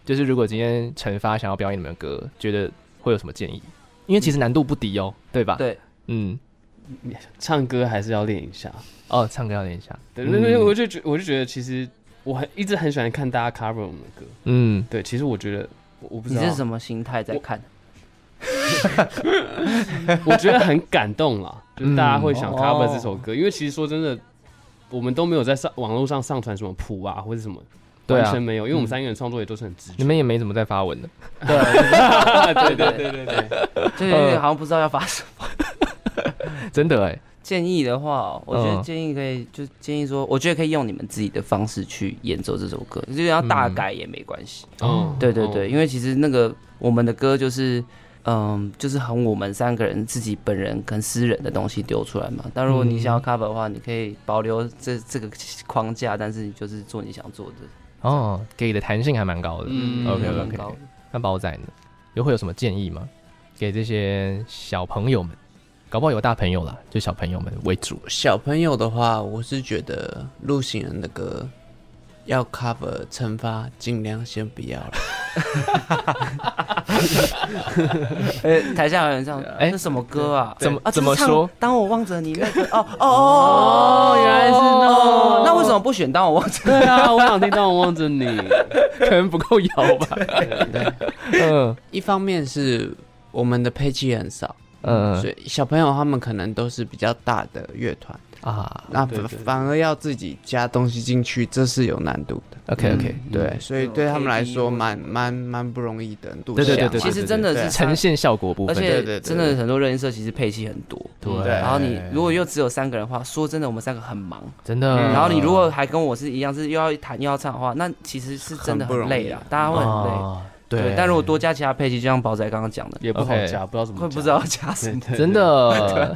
Speaker 1: 就是如果今天陈发想要表演你们的歌，觉得会有什么建议？因为其实难度不低哦，对吧？，
Speaker 2: 对，
Speaker 1: 嗯，
Speaker 3: 唱歌还是要练一下。
Speaker 1: 哦，唱歌要练一下，
Speaker 3: 对，那那
Speaker 1: 嗯
Speaker 3: 我就觉我就觉得其实我很一直很喜欢看大家 cover 我们的歌。
Speaker 1: 嗯，
Speaker 3: 对，其实我觉得我我不
Speaker 2: 你
Speaker 3: 知道，
Speaker 2: 是什么心态在看？
Speaker 3: 我觉得很感动啦，就是大家会想
Speaker 2: 嗯
Speaker 3: cover 这首歌，因为其实说真的，我们都没有在上网络上上传什么谱啊或者什么，
Speaker 1: 对
Speaker 3: 完
Speaker 1: 啊
Speaker 3: 全，没有，因为我们三个人创作也都是很直
Speaker 1: 你
Speaker 3: 觉。
Speaker 1: 们也没怎么在发文的，
Speaker 3: 对对对对对， 嗯
Speaker 2: 就是有点好像不知道要发什么。
Speaker 1: 真的哎，
Speaker 2: 建议的话哦，我觉得
Speaker 1: 嗯
Speaker 2: 建议可以，就建议说，我觉得可以用你们自己的方式去演奏这首歌，就是要大改也没关系。
Speaker 1: 哦
Speaker 3: 嗯
Speaker 2: 对对对，因为其实那个我们的歌就是，嗯，就是很我们三个人自己本人跟私人的东西丢出来嘛。但如果你
Speaker 3: 嗯
Speaker 2: 想要 cover 的话，你可以保留这这个框架，但是你就是做你想做的。
Speaker 1: 哦，给的弹性还蛮高的。
Speaker 3: 嗯
Speaker 2: 没
Speaker 1: OK
Speaker 2: 有
Speaker 1: OK，
Speaker 2: 很高
Speaker 1: 那宝仔呢？又会有什么建议吗？给这些小朋友们，搞不好有大朋友啦，就小朋友们为主。
Speaker 4: 小朋友的话，我是觉得陆行人的歌要 cover 惩罚，尽量先不 要了。
Speaker 2: 呃， 台下有人这样，
Speaker 1: 哎
Speaker 2: 哎，这什么歌啊？
Speaker 1: 怎么
Speaker 2: 啊
Speaker 1: 怎么？
Speaker 2: 就是
Speaker 1: 说
Speaker 2: 唱当我望着你那 个，哦哦哦，原来是
Speaker 1: 哦
Speaker 2: 那，那为什么不选当我望着？
Speaker 3: 对啊，我想听到我望着你，
Speaker 1: 可能不够摇吧。 嗯
Speaker 4: 一方面是我们的配器很少，
Speaker 1: 嗯
Speaker 4: 所以小朋友他们可能都是比较大的乐团，
Speaker 1: 啊
Speaker 4: 那
Speaker 3: 对
Speaker 4: 反
Speaker 3: 对对
Speaker 4: 反而要自己加东西进去，这是有难度的。
Speaker 1: ，OK OK，
Speaker 4: 嗯对，所以对他们来说蛮蛮蛮不容易的。度
Speaker 1: 对对
Speaker 4: 下
Speaker 1: 对
Speaker 4: 嘛
Speaker 1: 对对
Speaker 2: 其实真的是
Speaker 1: 呈现效果部
Speaker 2: 而
Speaker 1: 分，
Speaker 4: 对对
Speaker 2: 且
Speaker 4: 对
Speaker 2: 真的很多热音社其实配器很多，
Speaker 1: 对
Speaker 2: 嗯然后你如果又只有三个人的话，说真的，我们三个很忙。
Speaker 1: 真的。
Speaker 2: 然后你如果还跟我是一样，是又要弹又要唱的话，那其实是真的
Speaker 4: 很不
Speaker 2: 很
Speaker 4: 容易
Speaker 2: 累
Speaker 4: 啊
Speaker 2: 啊，大家会很累。
Speaker 1: 哦
Speaker 2: 对，但如果多加其他配器，就像宝仔刚刚讲的，
Speaker 3: 也不好加，不知道怎么，
Speaker 2: 会不知道加什么。
Speaker 1: 真的，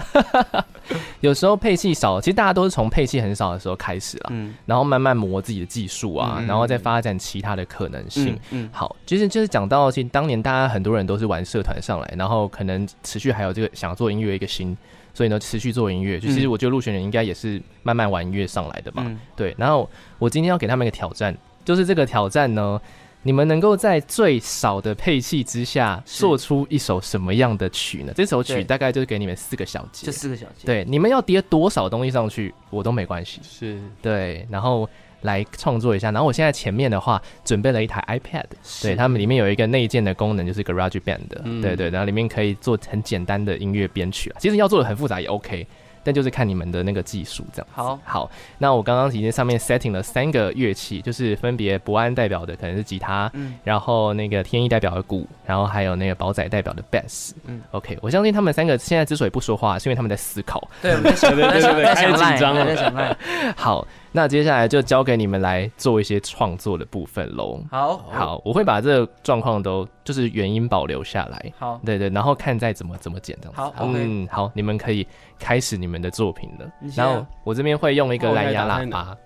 Speaker 1: 有时候配器少，其实大家都是从配器很少的时候开始啦，
Speaker 2: 嗯
Speaker 1: 然后慢慢磨自己的技术啊，
Speaker 3: 嗯
Speaker 1: 然后再发展其他的可能性
Speaker 2: 嗯。嗯，
Speaker 1: 好，其实就是讲到，其实当年大家很多人都是玩社团上来，然后可能持续还有这个想做音乐一个心，所以呢持续做音乐。就其实我觉得入选人应该也是慢慢玩音乐上来的吧。
Speaker 2: 嗯
Speaker 1: 对，然后我今天要给他们一个挑战，就是这个挑战呢，你们能够在最少的配器之下
Speaker 2: 是
Speaker 1: 做出一首什么样的曲呢？这首曲
Speaker 2: 对
Speaker 1: 大概就是给你们四个小节，
Speaker 2: 就四个小节。，
Speaker 1: 对，你们要叠多少东西上去，我都没关系。
Speaker 3: 是
Speaker 1: 对，然后来创作一下。然后我现在前面的话准备了一台 iPad，对，它们里面有一个内建的功能，就是 GarageBand 的，
Speaker 3: 嗯
Speaker 1: 对对，然后里面可以做很简单的音乐编曲啊。其实要做的很复杂也 OK，但就是看你们的那个技术这样。
Speaker 2: 好，
Speaker 1: 好，那我刚刚已经上面 setting 了三个乐器，就是分别博安代表的可能是吉他，
Speaker 2: 嗯
Speaker 1: 然后那个天意代表的鼓，然后还有那个宝仔代表的 bass。嗯
Speaker 4: 嗯
Speaker 1: ，OK，我相信他们三个现在之所以不说话，是因为他们在思考。
Speaker 2: 对，我们在想，我
Speaker 3: 对
Speaker 2: 们在
Speaker 3: 对
Speaker 2: 想，
Speaker 3: 对
Speaker 2: 在想
Speaker 3: 开始紧
Speaker 2: 赖，
Speaker 3: 张了
Speaker 2: 我们在想赖。
Speaker 1: 好，那接下来就交给你们来做一些创作的部分喽。
Speaker 2: 好，
Speaker 1: 好，我会把这个状况都就是原因保留下来。
Speaker 2: 好，
Speaker 1: 对对，然后看再怎么怎么剪这样子。
Speaker 2: 好
Speaker 1: 好
Speaker 2: OK
Speaker 1: 嗯，好，你们可以开始你们的作品了
Speaker 2: 你。先
Speaker 1: 然
Speaker 2: 啊
Speaker 1: 后我这边会用一个
Speaker 3: 哦
Speaker 1: 蓝牙
Speaker 3: 我还
Speaker 1: 喇
Speaker 3: 打
Speaker 1: 叭，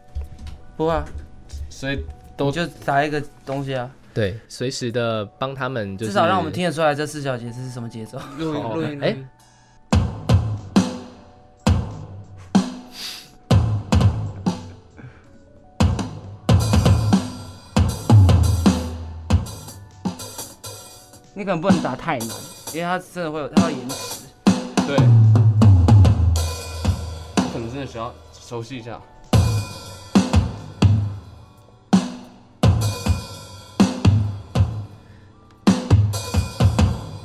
Speaker 2: 不啊，
Speaker 3: 所以
Speaker 2: 你就打一个东西啊，
Speaker 1: 对，随时的帮他们，就是
Speaker 2: 至少让我们听得出来这四小节是什么节 奏。
Speaker 4: 录音录音，
Speaker 1: 哎
Speaker 4: 录音
Speaker 2: 你可能不能打太难，因为它真的会有它要延迟。
Speaker 3: 对，可能真的需要熟悉一下。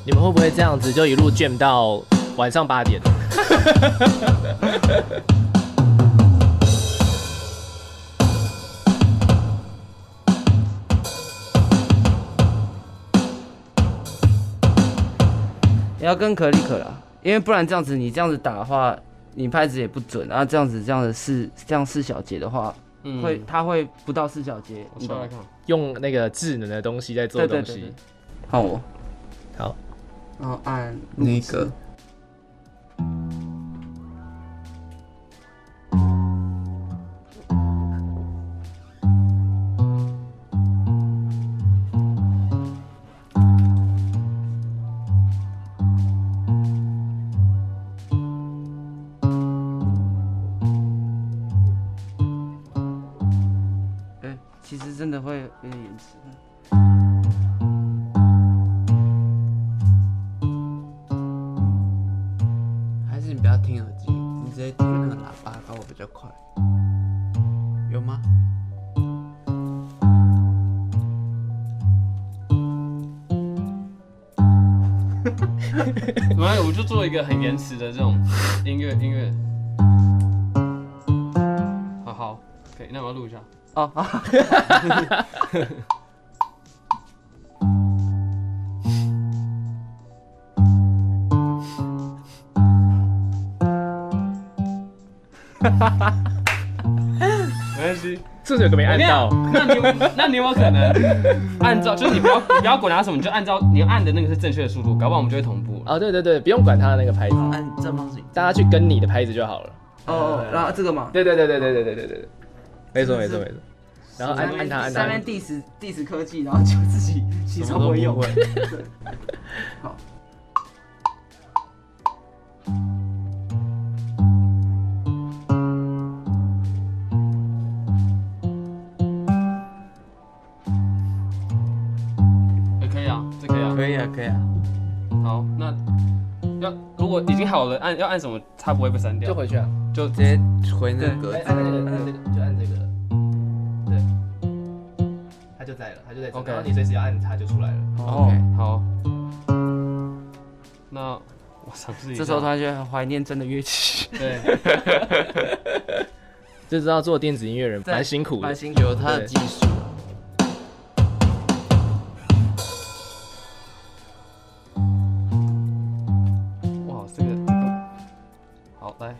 Speaker 1: 你们会不会这样子就一路卷到晚上八点？
Speaker 2: 也要跟可立可啦，因为不然这样子你这样子打的话，你拍子也不准，然后这样子这样的四这样四小节的话，
Speaker 3: 嗯
Speaker 2: 会它会不到四小节，
Speaker 3: 我
Speaker 2: 你
Speaker 3: 出
Speaker 2: 懂
Speaker 3: 来
Speaker 2: 吗？
Speaker 3: 看，
Speaker 1: 用那个智能的东西在做
Speaker 2: 对对
Speaker 1: 东
Speaker 2: 对对
Speaker 1: 西，，
Speaker 2: 看我，
Speaker 1: 好，
Speaker 2: 然后按录
Speaker 4: 那
Speaker 2: 制
Speaker 4: 个，
Speaker 2: 哎，其实真的会有点延迟。
Speaker 4: 还是你不要听耳机，你直接听那个喇叭高我比较快，有吗？
Speaker 3: 反正我就做一个很延迟的这种音乐音乐。好好，可以，那我要录一下。
Speaker 2: 哦，好，
Speaker 3: 没关系，
Speaker 1: 这首歌没按到，
Speaker 3: 那你有那你有没有可能按照，就是你不要你不要管它什么，你就按照你按的那个是正确的速度，搞不好我们就会同步
Speaker 2: 哦
Speaker 3: 了。
Speaker 1: 啊，对对对，不用管它的那个拍子，
Speaker 2: 啊
Speaker 4: 按正方形。
Speaker 1: 大家去跟你的拍子就好了。
Speaker 2: 哦哦，然后这个嘛，
Speaker 1: 对对对对对对对对对对，没错没错没错。然后按
Speaker 2: 上面
Speaker 1: 按它按它
Speaker 2: 上面 diss diss 科技，然后就自己吸收我用。好，
Speaker 3: 哎，可以啊，这可以啊。
Speaker 4: 可以啊，可以啊。
Speaker 3: 好，那要如果已经好了，按要按什么，它不会被删掉
Speaker 1: 就。回去啊，
Speaker 4: 就直接回那
Speaker 1: 对，
Speaker 4: 个，
Speaker 1: 按这个按这个就按这个，对，它就在了，它就在这
Speaker 3: OK
Speaker 1: 然后你随时要按它就出来了。
Speaker 2: 哦
Speaker 4: OK
Speaker 3: 好，那我尝试一下。
Speaker 2: 这时候突然觉得很怀念真的乐器，
Speaker 3: 对，
Speaker 1: 就知道做电子音乐人
Speaker 2: 对
Speaker 1: 蛮辛苦的
Speaker 2: 蛮，辛苦
Speaker 4: 有它的技术。
Speaker 3: 哇，这个这个好来。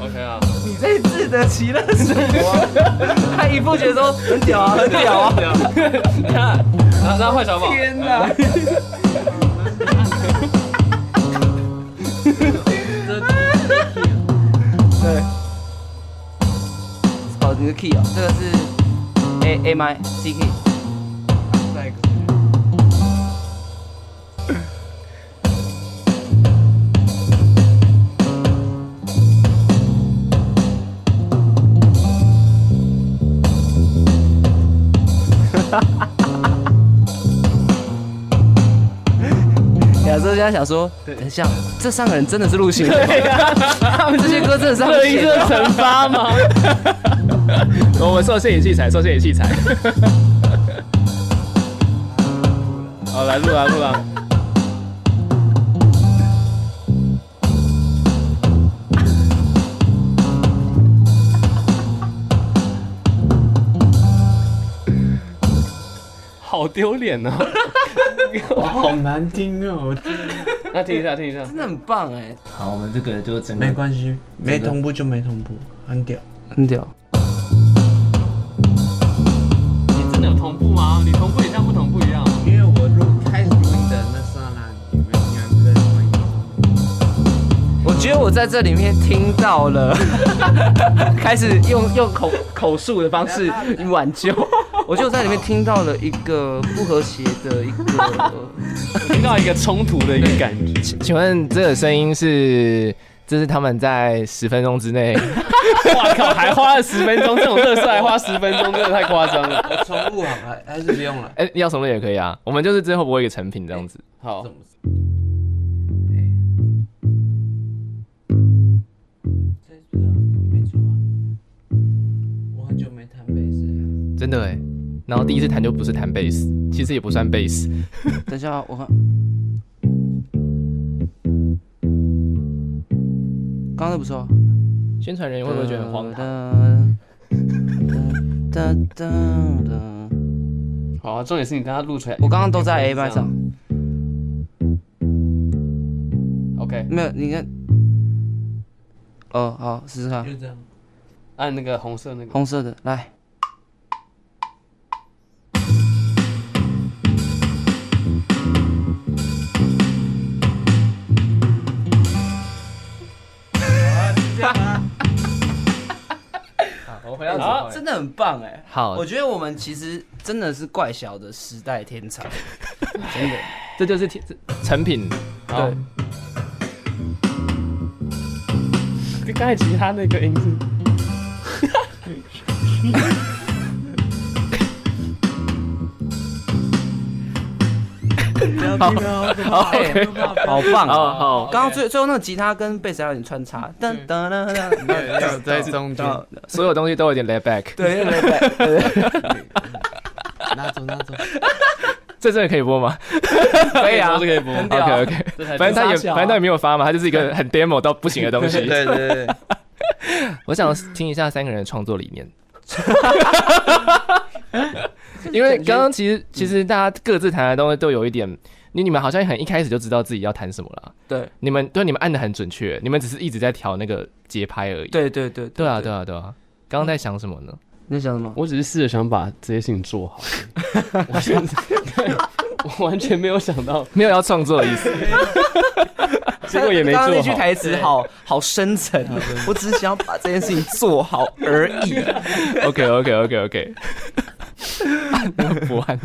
Speaker 3: OK 啊，
Speaker 2: 你这自得其乐是吗？他一副觉得说很屌 啊，很屌啊，
Speaker 3: 那那那换小宝，
Speaker 2: 天哪！对，哦，你的 key 哦，这个是 A A m I C key。
Speaker 4: 下一个。
Speaker 2: 亚洲现在想说，等一下，这三个人真的是入侵，他们这些歌真的是他们
Speaker 1: 乐音
Speaker 2: 写
Speaker 1: 这
Speaker 2: 的
Speaker 1: 是惩罚吗？哦我们受摄影器材，受摄影器材。 好，来录啊录啊！
Speaker 3: 好丢脸呐！
Speaker 1: 啊
Speaker 4: 好难听哦，
Speaker 3: 那听一下，听一下。
Speaker 2: 真的很棒哎，
Speaker 1: 好，我们这个就整
Speaker 4: 没关系，没同步就没同步，很屌。
Speaker 2: 很屌。
Speaker 3: 你真的有同步吗？你同步也像不同步一样。啊
Speaker 4: 因为我录开始录音的那刹那，你们你们在录音，
Speaker 2: 我觉得我在这里面听到了，开始用用口口述的方式挽救。我就在里面听到了一个不和谐的一个，
Speaker 3: 听到一个冲突的一个感觉。
Speaker 1: 请问这个声音是？这是他们在十分钟之内， 哇靠，还花了十分钟，这种乐色还花十分钟，真的太夸张了。
Speaker 4: 我重录好了，啊还是不用了。
Speaker 1: 哎、要什么也可以啊，我们就是最后不会一个成品这样子。
Speaker 3: 好
Speaker 4: 怎，么？哎，这个没错啊，我很久没弹贝斯了。
Speaker 1: 真的哎、然后第一次弹就不是弹贝斯，其实也不算贝斯，
Speaker 2: 等一下我看，刚刚那不错啊。
Speaker 1: 宣传人员会不会觉得很荒唐？
Speaker 2: 哒哒哒
Speaker 3: 好啊，重点是你跟他录出来，
Speaker 2: 我刚刚都在 A
Speaker 3: 班
Speaker 2: 班上，
Speaker 3: OK，
Speaker 2: 没有，你看，哦，好，试试看，
Speaker 3: 这样，按那个红色那个。
Speaker 2: 红色的来。
Speaker 1: 好我回到好
Speaker 2: 真的很棒哎！
Speaker 1: 好
Speaker 2: 我，觉得我们其实真的是怪小的时代天 才，真的。
Speaker 1: 这就是天这成品。
Speaker 3: 好，就刚才其实他那个音是，
Speaker 2: 好
Speaker 1: 好，
Speaker 2: 棒
Speaker 1: 好嗯
Speaker 2: 哦！
Speaker 1: 好，
Speaker 2: 刚刚最最后那个吉他跟贝斯还有点穿插，噔噔噔噔，
Speaker 4: 对在中间
Speaker 2: 到
Speaker 1: 所有东西都有点 let back。
Speaker 2: 对对对对对，
Speaker 4: 拿走拿走，
Speaker 1: 这真的可以播吗？ 可以啊
Speaker 3: 这可以播，
Speaker 2: 很屌啊
Speaker 1: OK OK，
Speaker 3: 这才
Speaker 1: 反正他
Speaker 2: 傻
Speaker 1: 也
Speaker 2: 笑啊
Speaker 1: 反正他也没有发嘛，他就是一个很 demo 到不行的东西。
Speaker 4: 对对对，
Speaker 1: 我想听一下三个人的创作理 念。因为刚刚其实其实大家各自谈的东西都有一点，你你们好像很一开始就知道自己要谈什么了。
Speaker 2: 对，
Speaker 1: 你们对你们按的很准确，你们只是一直在调那个节拍而已。
Speaker 2: 对对对
Speaker 1: 对啊对啊对啊，刚刚在想什么呢？
Speaker 2: 你在想什么？
Speaker 3: 我只是试着想把这些事情做好， 我现在对我完全没有想到，
Speaker 1: 没有要创作的意思。
Speaker 3: 结果也没做
Speaker 2: 刚刚那句
Speaker 3: 好。
Speaker 2: 台词好好深沉 啊，我只是想把这件事情做好而已。
Speaker 1: OK OK OK OK，不安，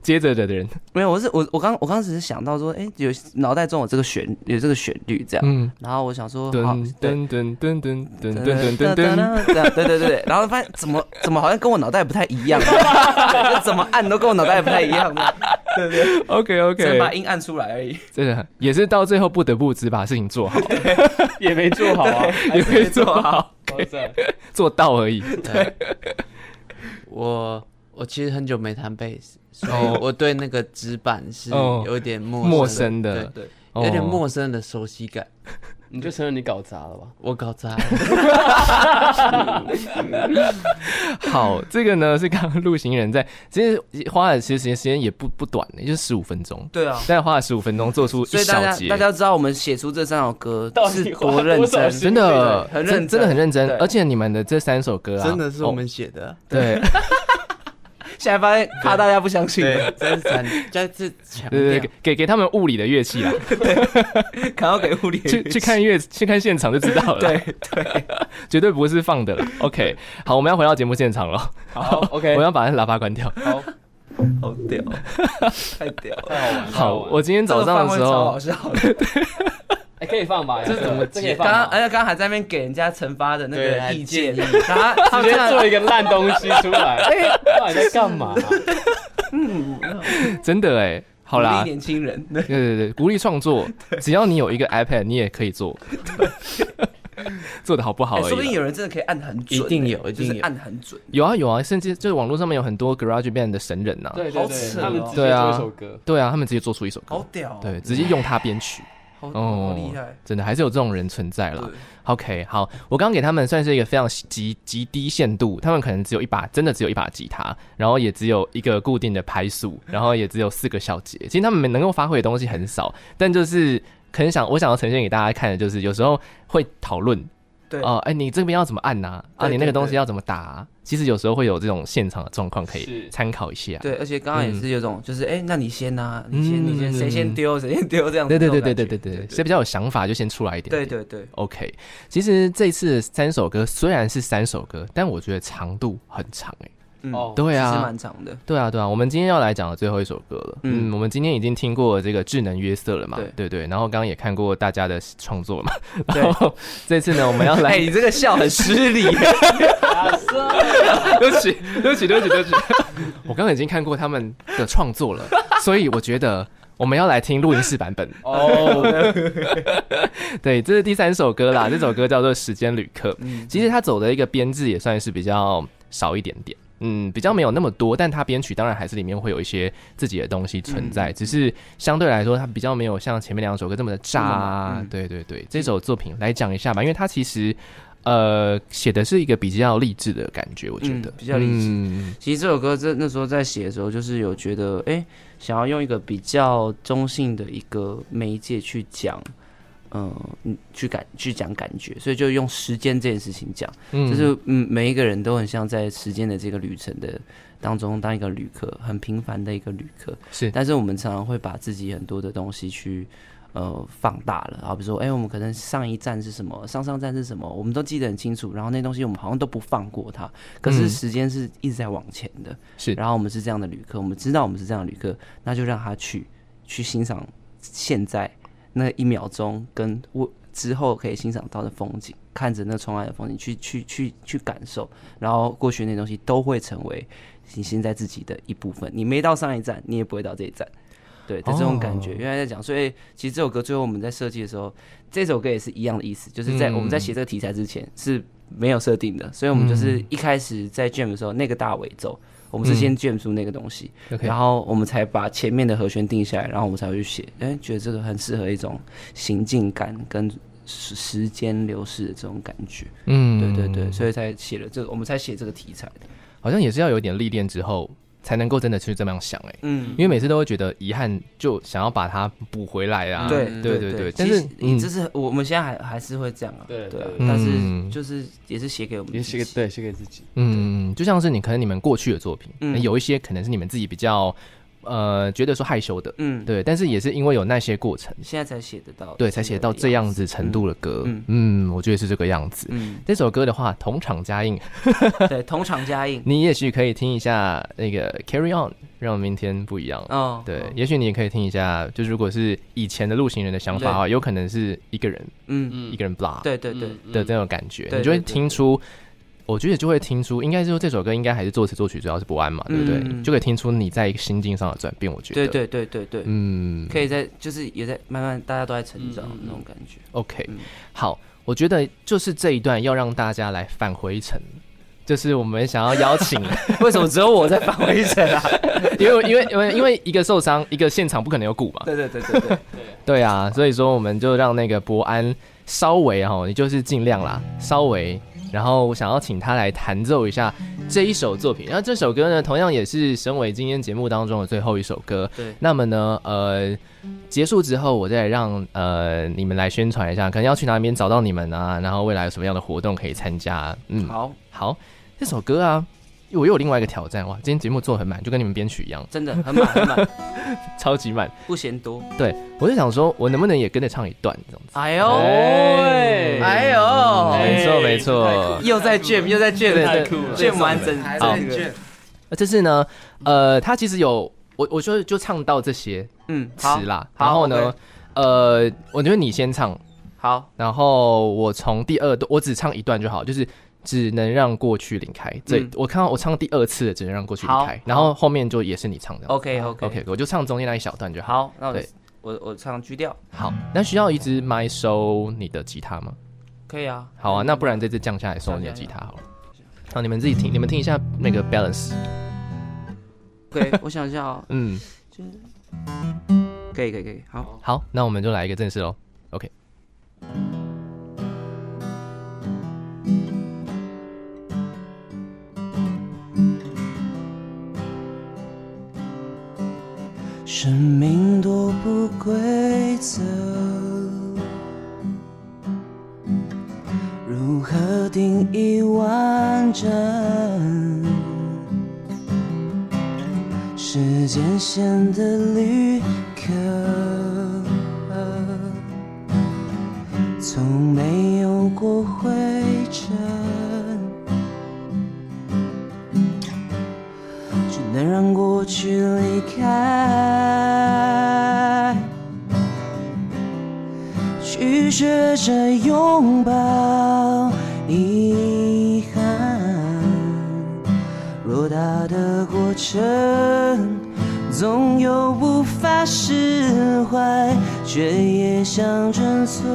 Speaker 1: 接着的人，
Speaker 2: 没有，我是我我刚我刚只是想到说，哎，有脑袋中有这个旋有这个旋律这样，
Speaker 1: 嗯，
Speaker 2: 然后我想说，好
Speaker 1: 噔，
Speaker 2: 对。
Speaker 1: 噔噔噔噔噔
Speaker 2: 噔
Speaker 1: 噔
Speaker 2: 噔 噔
Speaker 1: 噔噔，
Speaker 2: 噔，对对对对，然后发现怎么怎么好像跟我脑袋不太一样，啊 就怎么按都跟我脑袋不太一样， 对不对？
Speaker 1: OK
Speaker 2: 只能把
Speaker 1: OK，
Speaker 2: 音按出来而 已。
Speaker 1: 真的也是到最后不得不只把事情做好，
Speaker 3: 也没做好 啊，
Speaker 1: 也可以做 好，
Speaker 3: 好赞
Speaker 1: 做到而已。
Speaker 4: 我我其实很久没弹贝斯，所
Speaker 1: 哦
Speaker 4: 以我对那个指板是
Speaker 1: 哦
Speaker 4: 有点陌
Speaker 1: 陌
Speaker 4: 生
Speaker 1: 生的，
Speaker 4: 对，
Speaker 1: 哦
Speaker 4: 有点陌生的熟悉感。
Speaker 3: 你就承认你搞砸了吧？
Speaker 4: 我搞砸了，
Speaker 1: 好，这个呢是刚刚陆行人在，其实花了其实时间时间也不不短，也就是十五分钟，
Speaker 2: 对啊，
Speaker 1: 但花了十五分钟做出一
Speaker 2: 所以大
Speaker 1: 小
Speaker 2: 家
Speaker 1: 节
Speaker 2: 大，家知道我们写出这三首歌
Speaker 3: 到底
Speaker 2: 是
Speaker 3: 花
Speaker 2: 多认
Speaker 3: 多少
Speaker 2: 真
Speaker 3: 时，间
Speaker 1: 真的
Speaker 2: 对很认
Speaker 1: 真
Speaker 2: 真
Speaker 1: 真的很认真
Speaker 2: 对，
Speaker 1: 而且你们的这三首歌啊，
Speaker 4: 真的是
Speaker 1: 哦
Speaker 4: 我们写的，
Speaker 1: 对。
Speaker 2: 现在发现怕大家不相信，
Speaker 4: 对，真是很再次 强
Speaker 1: 对对对，
Speaker 4: 调
Speaker 1: 给，给给他们物理的乐器啊，
Speaker 2: 可能要给物理
Speaker 1: 去去看乐，去看现场就知道了。
Speaker 2: 对，
Speaker 1: 绝对不是放的了。OK，好，我们要回到节目现场了。
Speaker 3: 好，OK，
Speaker 1: 我要把喇叭关掉。
Speaker 3: 好，
Speaker 2: 好屌，太屌了！
Speaker 3: 太 好啊玩了。
Speaker 1: 好，我今天早上的时候，
Speaker 2: 这个范围超好笑的。
Speaker 3: 哎可以放吧？这怎么这可以
Speaker 2: 刚
Speaker 3: 放啊
Speaker 2: 刚
Speaker 3: 吧？
Speaker 2: 而且刚刚还在那边给人家惩罚的那
Speaker 4: 对
Speaker 2: 个
Speaker 4: 还
Speaker 2: 意见，
Speaker 4: 建议
Speaker 2: 然后他
Speaker 3: 直
Speaker 2: 们
Speaker 3: 接
Speaker 2: 这样
Speaker 3: 啊做一个烂东西出来， 到底在干嘛？啊
Speaker 1: 真的哎，好
Speaker 2: 鼓
Speaker 1: 啦
Speaker 2: 励，年轻人，
Speaker 1: 对对对，鼓励创作，只要你有一个 iPad，你也可以做。 做的好不好
Speaker 2: 哎
Speaker 1: 而
Speaker 2: 说不定
Speaker 1: 已啦。
Speaker 2: 有人真的可以按得很准，
Speaker 4: 一定有
Speaker 2: 哎
Speaker 4: 一定有
Speaker 2: 就是按得很准。
Speaker 1: 有啊有啊，甚至就是网络上面有很多 GarageBand 的神人呐。
Speaker 3: 对
Speaker 2: 好
Speaker 3: 对
Speaker 2: 扯
Speaker 3: 对，
Speaker 2: 哦
Speaker 3: 他们直
Speaker 1: 对
Speaker 3: 接
Speaker 1: 啊
Speaker 3: 做一首歌，
Speaker 1: 对啊，他们直接做出一首
Speaker 2: 好
Speaker 1: 歌，
Speaker 2: 屌、哦，
Speaker 1: 对，直接用它编曲，
Speaker 2: 好，
Speaker 1: 哦
Speaker 2: 好厉害。
Speaker 1: 真的还是有这种人存在啦。
Speaker 2: 对
Speaker 1: OK，好，我刚刚给他们算是一个非常极极低限度，他们可能只有一把，真的只有一把吉他，然后也只有一个固定的拍数，然后也只有四个小节，其实他们能够发挥的东西很少，
Speaker 2: 嗯
Speaker 1: 但就是很想我想要呈现给大家看的，就是有时候会讨论
Speaker 2: 对
Speaker 1: 哦，哎、你这边要怎么按呐、啊？
Speaker 2: 对
Speaker 1: 你那
Speaker 2: 对
Speaker 1: 个东
Speaker 2: 对
Speaker 1: 西要怎么打啊、其实有时候会有这种现场的状况可以
Speaker 3: 是
Speaker 1: 参考一下。
Speaker 2: 对，而且刚刚也是有种，就是哎、那你先呐、你先，
Speaker 1: 嗯
Speaker 2: 你先，谁先丢，谁先丢这样子。
Speaker 1: 对对
Speaker 2: 这
Speaker 1: 对对对
Speaker 2: 种
Speaker 1: 对
Speaker 2: 感觉
Speaker 1: 对，谁比较有想法就先出来一点
Speaker 2: 对
Speaker 1: 点。
Speaker 2: 对对，
Speaker 1: OK，其实这次三首歌虽然是三首歌，但我觉得长度很长哎、
Speaker 2: 嗯，
Speaker 3: 哦
Speaker 1: 对
Speaker 2: 其实
Speaker 1: 啊，
Speaker 2: 蛮长的。
Speaker 1: 对啊，对啊，我们今天要来讲的最后一首歌了。嗯
Speaker 2: 嗯
Speaker 1: 我们今天已经听过这个智能约瑟了嘛，
Speaker 2: 对
Speaker 1: 对对。然后刚刚也看过大家的创作 嘛，
Speaker 2: 对
Speaker 1: 然后这次呢，我们要
Speaker 2: 哎、
Speaker 1: 来，
Speaker 2: 你这个笑很失礼。
Speaker 1: 对不起，对不起，对不起，对不起， 我刚刚已经看过他们的创作了，所以我觉得我们要来听录音室版本。
Speaker 3: 哦，
Speaker 1: 对，这是第三首歌啦，这首歌叫做《时间旅客》。其实它走的一个编制也算是比较少一点点。嗯比较没有那么多，但它编曲当然还是里面会有一些自己的东西存在，
Speaker 2: 嗯
Speaker 1: 只是相对来说它比较没有像前面两首歌这么的炸、啊。
Speaker 2: 嗯
Speaker 1: 对对对，这首作品来讲一下吧，因为它其实呃写的是一个比较励志的感觉，我觉得、
Speaker 2: 嗯比较励志
Speaker 1: 嗯
Speaker 2: 其实这首歌在那时候在写的时候，就是有觉得，哎、想要用一个比较中性的一个媒介去讲，嗯、嗯去感去讲感觉，所以就用时间这件事情讲，
Speaker 1: 嗯
Speaker 2: 就是嗯，每一个人都很像在时间的这个旅程的当中当一个旅客，很平凡的一个旅客，
Speaker 1: 是
Speaker 2: 但是我们常常会把自己很多的东西去呃放大了，好比说，哎、我们可能上一站是什么，上上站是什么，我们都记得很清楚，然后那东西我们好像都不放过它，可
Speaker 1: 嗯
Speaker 2: 是时间是一直在往前的，
Speaker 1: 是
Speaker 2: 然后我们是这样的旅客，我们知道我们是这样的旅客，那就让他去去欣赏现在那一秒钟跟我。之后可以欣赏到的风景，看着那窗外的风景，去去去去感受，然后过去那东西都会成为你现在自己的一部分。你没到上一站，你也不会到这一站。对的这种感觉，
Speaker 1: 哦
Speaker 2: 原来在讲，所以其实这首歌最后我们在设计的时候，这首歌也是一样的意思，就是在
Speaker 1: 嗯
Speaker 2: 我们在写这个题材之前是没有设定的，所以我们
Speaker 1: 嗯
Speaker 2: 就是一开始在 jam 的时候那个大尾奏，我们是先 jam 出那个东西，
Speaker 1: OK，
Speaker 2: 然后我们才把前面的和弦定下来，然后我们才会去写，哎，觉得这个很适合一种行进感跟时时间流逝的这种感觉，
Speaker 1: 嗯
Speaker 2: 对对对，所以才写了这个，我们才写这个题材的，
Speaker 1: 好像也是要有一点历练之后，才能够真的去这么样想哎、
Speaker 2: 嗯
Speaker 1: 因。为每次都会觉得遗憾，就想要把它补回来啊。
Speaker 2: 对
Speaker 1: 对
Speaker 2: 嗯对
Speaker 1: 对对
Speaker 2: 但
Speaker 1: 但
Speaker 2: 是
Speaker 1: 是嗯
Speaker 2: 你这是我们现在还还是会这样啊，
Speaker 3: 对
Speaker 2: 对啊
Speaker 3: 对，
Speaker 2: 但
Speaker 1: 嗯
Speaker 2: 是就是也是写给我们
Speaker 3: 也
Speaker 2: 自己，
Speaker 3: 写给对写给自己，
Speaker 1: 嗯，就像是你可能你们过去的作品，
Speaker 2: 嗯
Speaker 1: 有一些可能是你们自己比较呃觉得说害羞的，
Speaker 2: 嗯，
Speaker 1: 对，但是也是因为有那些过程，
Speaker 2: 现在才写得到，
Speaker 1: 对，才写到这，样子程度的歌。
Speaker 2: 嗯
Speaker 1: 嗯我觉得是这个样子。
Speaker 2: 嗯，
Speaker 1: 这首歌的话，同场加映，
Speaker 2: 对，同场加 映，
Speaker 1: 你也许可以听一下那个《Carry On》，让明天不一样。
Speaker 2: 哦，
Speaker 1: 对
Speaker 2: 哦，
Speaker 1: 也许你也可以听一下，就是如果是以前的路行人的想法啊，有可能是一个人
Speaker 2: 嗯，
Speaker 3: 嗯
Speaker 1: 一个人 blah
Speaker 2: 对对对，
Speaker 1: 的这种感觉，
Speaker 2: 嗯对
Speaker 1: 你就会
Speaker 2: 对对
Speaker 1: 听出，我觉得就会听出，应该是说这首歌应该还是作词作曲主要是不安嘛，对不对？
Speaker 2: 嗯
Speaker 1: 就可以听出你在一个心境上的转变，我觉得，
Speaker 2: 对对对对对，
Speaker 1: 嗯，
Speaker 2: 可以在就是也在慢慢大家都在成长
Speaker 3: 嗯嗯嗯
Speaker 2: 那种感觉，
Speaker 1: OK，、
Speaker 2: 嗯
Speaker 1: 好，我觉得就是这一段要让大家来返回程。就是我们想要邀请，
Speaker 2: 为什么只有我在返回城啊？
Speaker 1: 因为因为因为因为一个受伤，一个现场不可能有鼓嘛，
Speaker 2: 对对对对对，
Speaker 1: 对啊，所以说我们就让那个伯安稍微哈，你就是尽量啦，稍微，然后我想要请他来弹奏一下这一首作品。然后这首歌呢，同样也是身为今天节目当中的最后一首歌。
Speaker 2: 对
Speaker 1: 那么呢，呃，结束之后，我再让呃你们来宣传一下，可能要去哪边找到你们啊，然后未来有什么样的活动可以参加。嗯，
Speaker 2: 好，
Speaker 1: 好，这首歌啊。我又有另外一个挑战哇！今天节目做得很满，就跟你们编曲一样，
Speaker 2: 真的很满很满，
Speaker 1: 超级满。
Speaker 2: 不嫌多，
Speaker 1: 对我就想说，我能不能也跟着唱一段这样子？
Speaker 2: 哎呦
Speaker 3: 哎
Speaker 2: 哎
Speaker 1: 哦
Speaker 2: 呦，
Speaker 1: 没错没错。
Speaker 2: 又在卷又在卷
Speaker 1: 嗯对对
Speaker 2: 了
Speaker 1: 太酷
Speaker 3: 了
Speaker 2: 卷完整
Speaker 4: 还
Speaker 1: 好
Speaker 4: 在卷，
Speaker 1: 这次呢，呃，他其实有我我就就唱到这些
Speaker 2: 嗯，好
Speaker 1: 词，啦，
Speaker 2: 好
Speaker 1: 然后呢，呃，我觉得你先唱，
Speaker 2: 好，
Speaker 1: 然后我从第二段我只唱一段就好，就是。只能让过去离开。这、
Speaker 2: 嗯
Speaker 1: 我看到我唱第二次，只能让过去离
Speaker 2: 好
Speaker 1: 开。然后后面就也是你唱的。
Speaker 2: OK OK
Speaker 1: OK，我就唱中间那一小段就好。
Speaker 2: 好，那我
Speaker 1: 对
Speaker 2: 我我唱 G 调，
Speaker 1: 好，那需要一支麦收你的吉他吗？
Speaker 2: 可以啊。
Speaker 1: 好啊，那不然这次降下来收你的吉他好了。好，你们自己听，你们听一下那个 balance。
Speaker 2: OK，我想一下哦，
Speaker 1: 嗯，
Speaker 2: 可以可以可以，好，
Speaker 1: 好，那我们就来一个正式喽。OK。
Speaker 2: 生命多不规则，如何定义完整？时间线的旅客，从没有过回程。只能让过去离开，去学着拥抱遗憾。偌大的过程，总有无法释怀，却也想珍存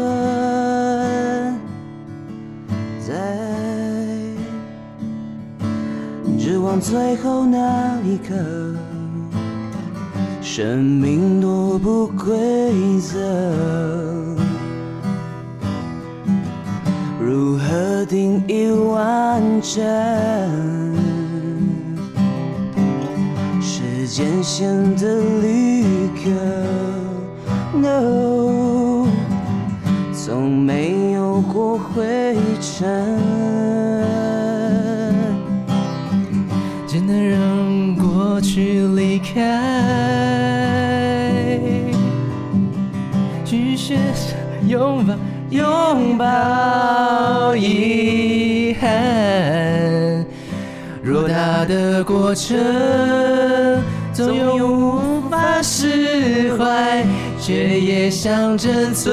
Speaker 2: 在。只为
Speaker 5: 往最后那一刻，生命多不规则。如何定义完整？时间线的旅客，no，从没有过灰尘。只能让过去离开，去学着拥抱，拥抱遗憾。偌大的过程，总有无法释怀，却也象征存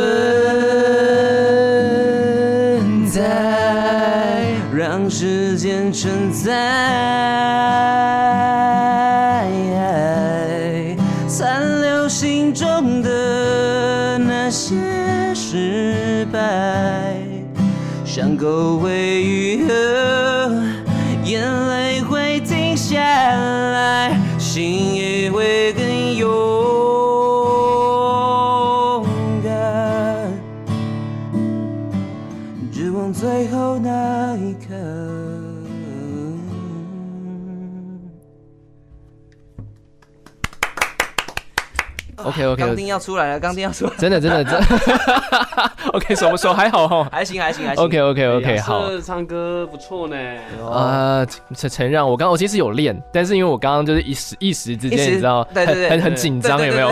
Speaker 5: 在，让时间承载，残留心中的那些失败，伤口会愈合，眼泪会停下来，心也会更勇敢，只往最后那一刻。
Speaker 1: OK
Speaker 5: 钢
Speaker 1: OK，
Speaker 5: 钉要出来了，钢钉要出来了，
Speaker 1: 真的真的真的 OK，手手还好哈。
Speaker 5: 还行还行还行。
Speaker 1: OK OK OK，好。
Speaker 3: 这哎唱歌不错呢。
Speaker 5: 哦
Speaker 2: 哦
Speaker 1: 啊，承承让我刚我其实有练，但是因为我刚刚就是一时一时之
Speaker 5: 一
Speaker 1: 间，
Speaker 5: 时
Speaker 1: 你知道，
Speaker 5: 对对对
Speaker 1: 很很很紧张，
Speaker 5: 对
Speaker 1: 有
Speaker 5: 对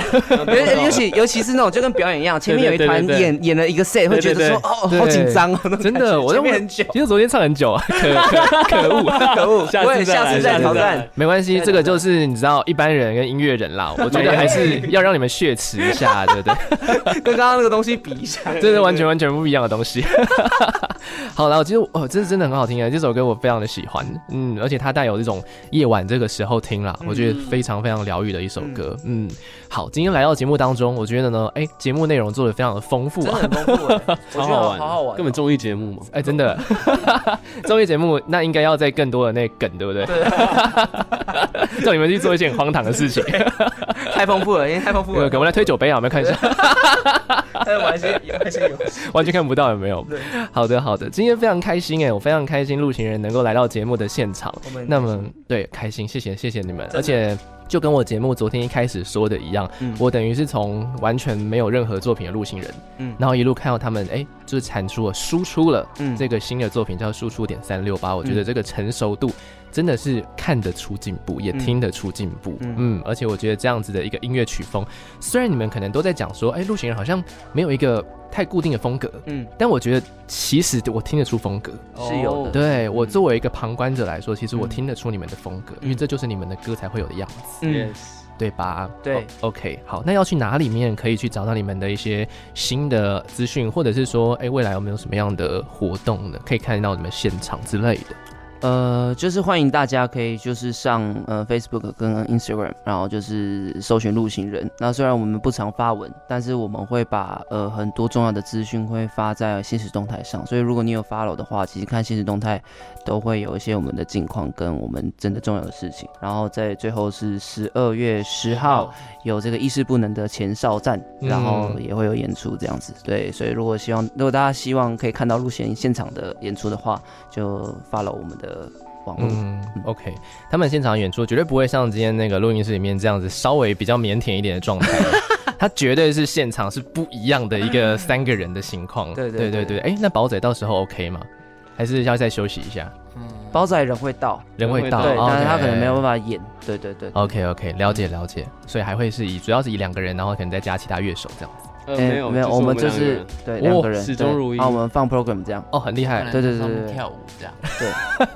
Speaker 1: 没有？
Speaker 5: 尤尤其尤其是那种就跟表演一样，前面有一团
Speaker 3: 对对对对
Speaker 5: 演演了一个 set，会觉
Speaker 3: 对对
Speaker 5: 得说
Speaker 3: 对
Speaker 5: 哦
Speaker 1: 对
Speaker 5: 好紧张哦，那种
Speaker 1: 真
Speaker 5: 感
Speaker 1: 的，
Speaker 5: 觉
Speaker 1: 我
Speaker 5: 前
Speaker 1: 认
Speaker 5: 面
Speaker 1: 为
Speaker 5: 很久，
Speaker 1: 其实昨天唱很久啊，可 可可 恶，
Speaker 5: 可恶，
Speaker 3: 下次
Speaker 5: 我也
Speaker 3: 再来下
Speaker 5: 下次再
Speaker 3: 次
Speaker 5: 挑
Speaker 3: 再
Speaker 5: 战
Speaker 3: 来。
Speaker 1: 没关系，这个就是你知道一般人跟音乐人 啦，我觉得还是要让你们血池一下，对不对？
Speaker 5: 跟刚刚那个东西比一下，
Speaker 1: 这是完全完全不一样的东西。 好啦，我其实哦，这是真的很好听啊，这首歌我非常的喜欢，嗯，而且它带有这种夜晚这个时候听
Speaker 5: 嗯
Speaker 1: 啦，我觉得非常非常疗愈的一首歌，嗯。好，今天来到节目当中，我觉得呢，哎，节目内容做的非常的丰富
Speaker 5: 真的
Speaker 1: 啊。
Speaker 5: 很丰富欸，我 觉得好好玩哦，
Speaker 3: 根本综艺节目嘛。
Speaker 1: 哎，真的， 综艺节目那应该要再更多的那梗，对不对？ 叫你们去做一些很荒唐的事情。
Speaker 5: 太丰富了，因为太丰富
Speaker 1: 对，
Speaker 5: 了
Speaker 1: 给，我们来推酒杯啊，我们看一下。
Speaker 5: 再玩一些玩一些游戏，
Speaker 1: 完全看不到有没有？ 好的好的，今天非常开心哎，我非常开心路行人能够来到节目的现场
Speaker 5: 我们。
Speaker 1: 那么对，开心，谢谢谢谢你们，而且。就跟我节目昨天一开始说的一样，我等于是从完全没有任何作品的路行人，
Speaker 5: 嗯
Speaker 1: 然后一路看到他们，哎、就是产出了、输出了
Speaker 5: 嗯
Speaker 1: 这个新的作品，叫《输出点三六八》，我觉得这个成熟度真的是看得出进步，也听得出进步，嗯
Speaker 5: 嗯
Speaker 1: 而且我觉得这样子的一个音乐曲风，虽然你们可能都在讲说，哎、路行人好像没有一个太固定的风格，
Speaker 5: 嗯，
Speaker 1: 但我觉得其实我听得出风格。
Speaker 5: 是有的，嗯
Speaker 1: 对我作为一个旁观者来说，其实我听得出你们的风格，因为这就是你们的歌才会有的样子，
Speaker 5: 嗯，
Speaker 3: Yes，
Speaker 1: 对吧？
Speaker 5: 对
Speaker 1: 哦，OK，好，那要去哪里面可以去找到你们的一些新的资讯，或者是说，哎，未来有没有什么样的活动呢？可以看到你们现场之类的。
Speaker 2: 呃，就是欢迎大家可以就是上呃 Facebook 跟 Instagram，然后就是搜寻路行人。那虽然我们不常发文，但是我们会把呃很多重要的资讯会发在现实动态上，所以如果你有 follow 的话，其实看现实动态都会有一些我们的近况跟我们真的重要的事情。然后在最后是十二月十号有这个意识不能的前哨站，
Speaker 1: 嗯
Speaker 2: 然后也会有演出这样子。对，所以如果希望如果大家希望可以看到路线现场的演出的话，就 follow 我们的网络。
Speaker 1: 嗯，OK，他们现场演出绝对不会像今天那个录音室里面这样子稍微比较腼腆一点的 状态，他绝对是现场是不一样的一个三个人的情况。
Speaker 2: 对
Speaker 1: 对
Speaker 2: 对
Speaker 1: 对
Speaker 2: 对
Speaker 1: 对，哎、那宝仔到时候 OK 吗？还是要再休息一下？
Speaker 2: 包仔人会到，
Speaker 1: 人会到，
Speaker 3: 哦
Speaker 2: 对，但是他可能没有办
Speaker 1: 法。
Speaker 2: 法演。对对对，
Speaker 1: OK OK，了解了解，所以还会是以主要是以两个人，然后可能再加其他乐手这样子。
Speaker 3: 呃，
Speaker 2: 哎
Speaker 3: 没有
Speaker 2: 没有，
Speaker 3: 我
Speaker 2: 我们就
Speaker 3: 两个
Speaker 2: 是
Speaker 3: 人
Speaker 2: 对
Speaker 1: 哦
Speaker 2: 两个人
Speaker 3: 始终
Speaker 2: 对啊
Speaker 3: 如一
Speaker 2: 然后我们放 program 这样。
Speaker 1: 哦，很厉害。
Speaker 4: 啊
Speaker 2: 对对对
Speaker 6: 上
Speaker 2: 对
Speaker 6: 面
Speaker 2: 对
Speaker 6: 跳舞这样。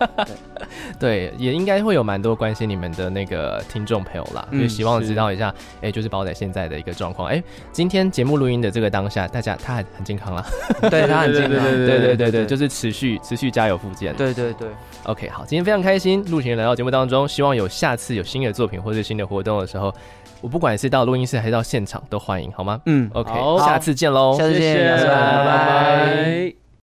Speaker 1: 对，也应该会有蛮多关心你们的那个听众朋友啦，
Speaker 2: 嗯
Speaker 1: 也希望
Speaker 3: 是
Speaker 1: 知道一下，哎、就是宝仔现在的一个状况。哎、今天节目录音的这个当下，大家他很很健 康啦，
Speaker 2: 对他很啊
Speaker 3: 对对
Speaker 2: 健
Speaker 3: 对
Speaker 2: 康。
Speaker 3: 对
Speaker 1: 对对对
Speaker 2: 对
Speaker 1: 对，
Speaker 2: 对
Speaker 1: 就是持续持续加油复健。
Speaker 2: 对对对，
Speaker 1: ，OK，好，今天非常开心，陆行人来到节目当中，希望有下次有新的作品或是新的活动的时候，我不管是到录音室还是到现场都欢迎，好吗
Speaker 2: 嗯，
Speaker 1: ？OK，
Speaker 3: 好
Speaker 1: 下次见喽，
Speaker 2: 下次
Speaker 3: 谢
Speaker 2: 见，
Speaker 3: 谢，
Speaker 2: 拜拜。
Speaker 3: 拜拜。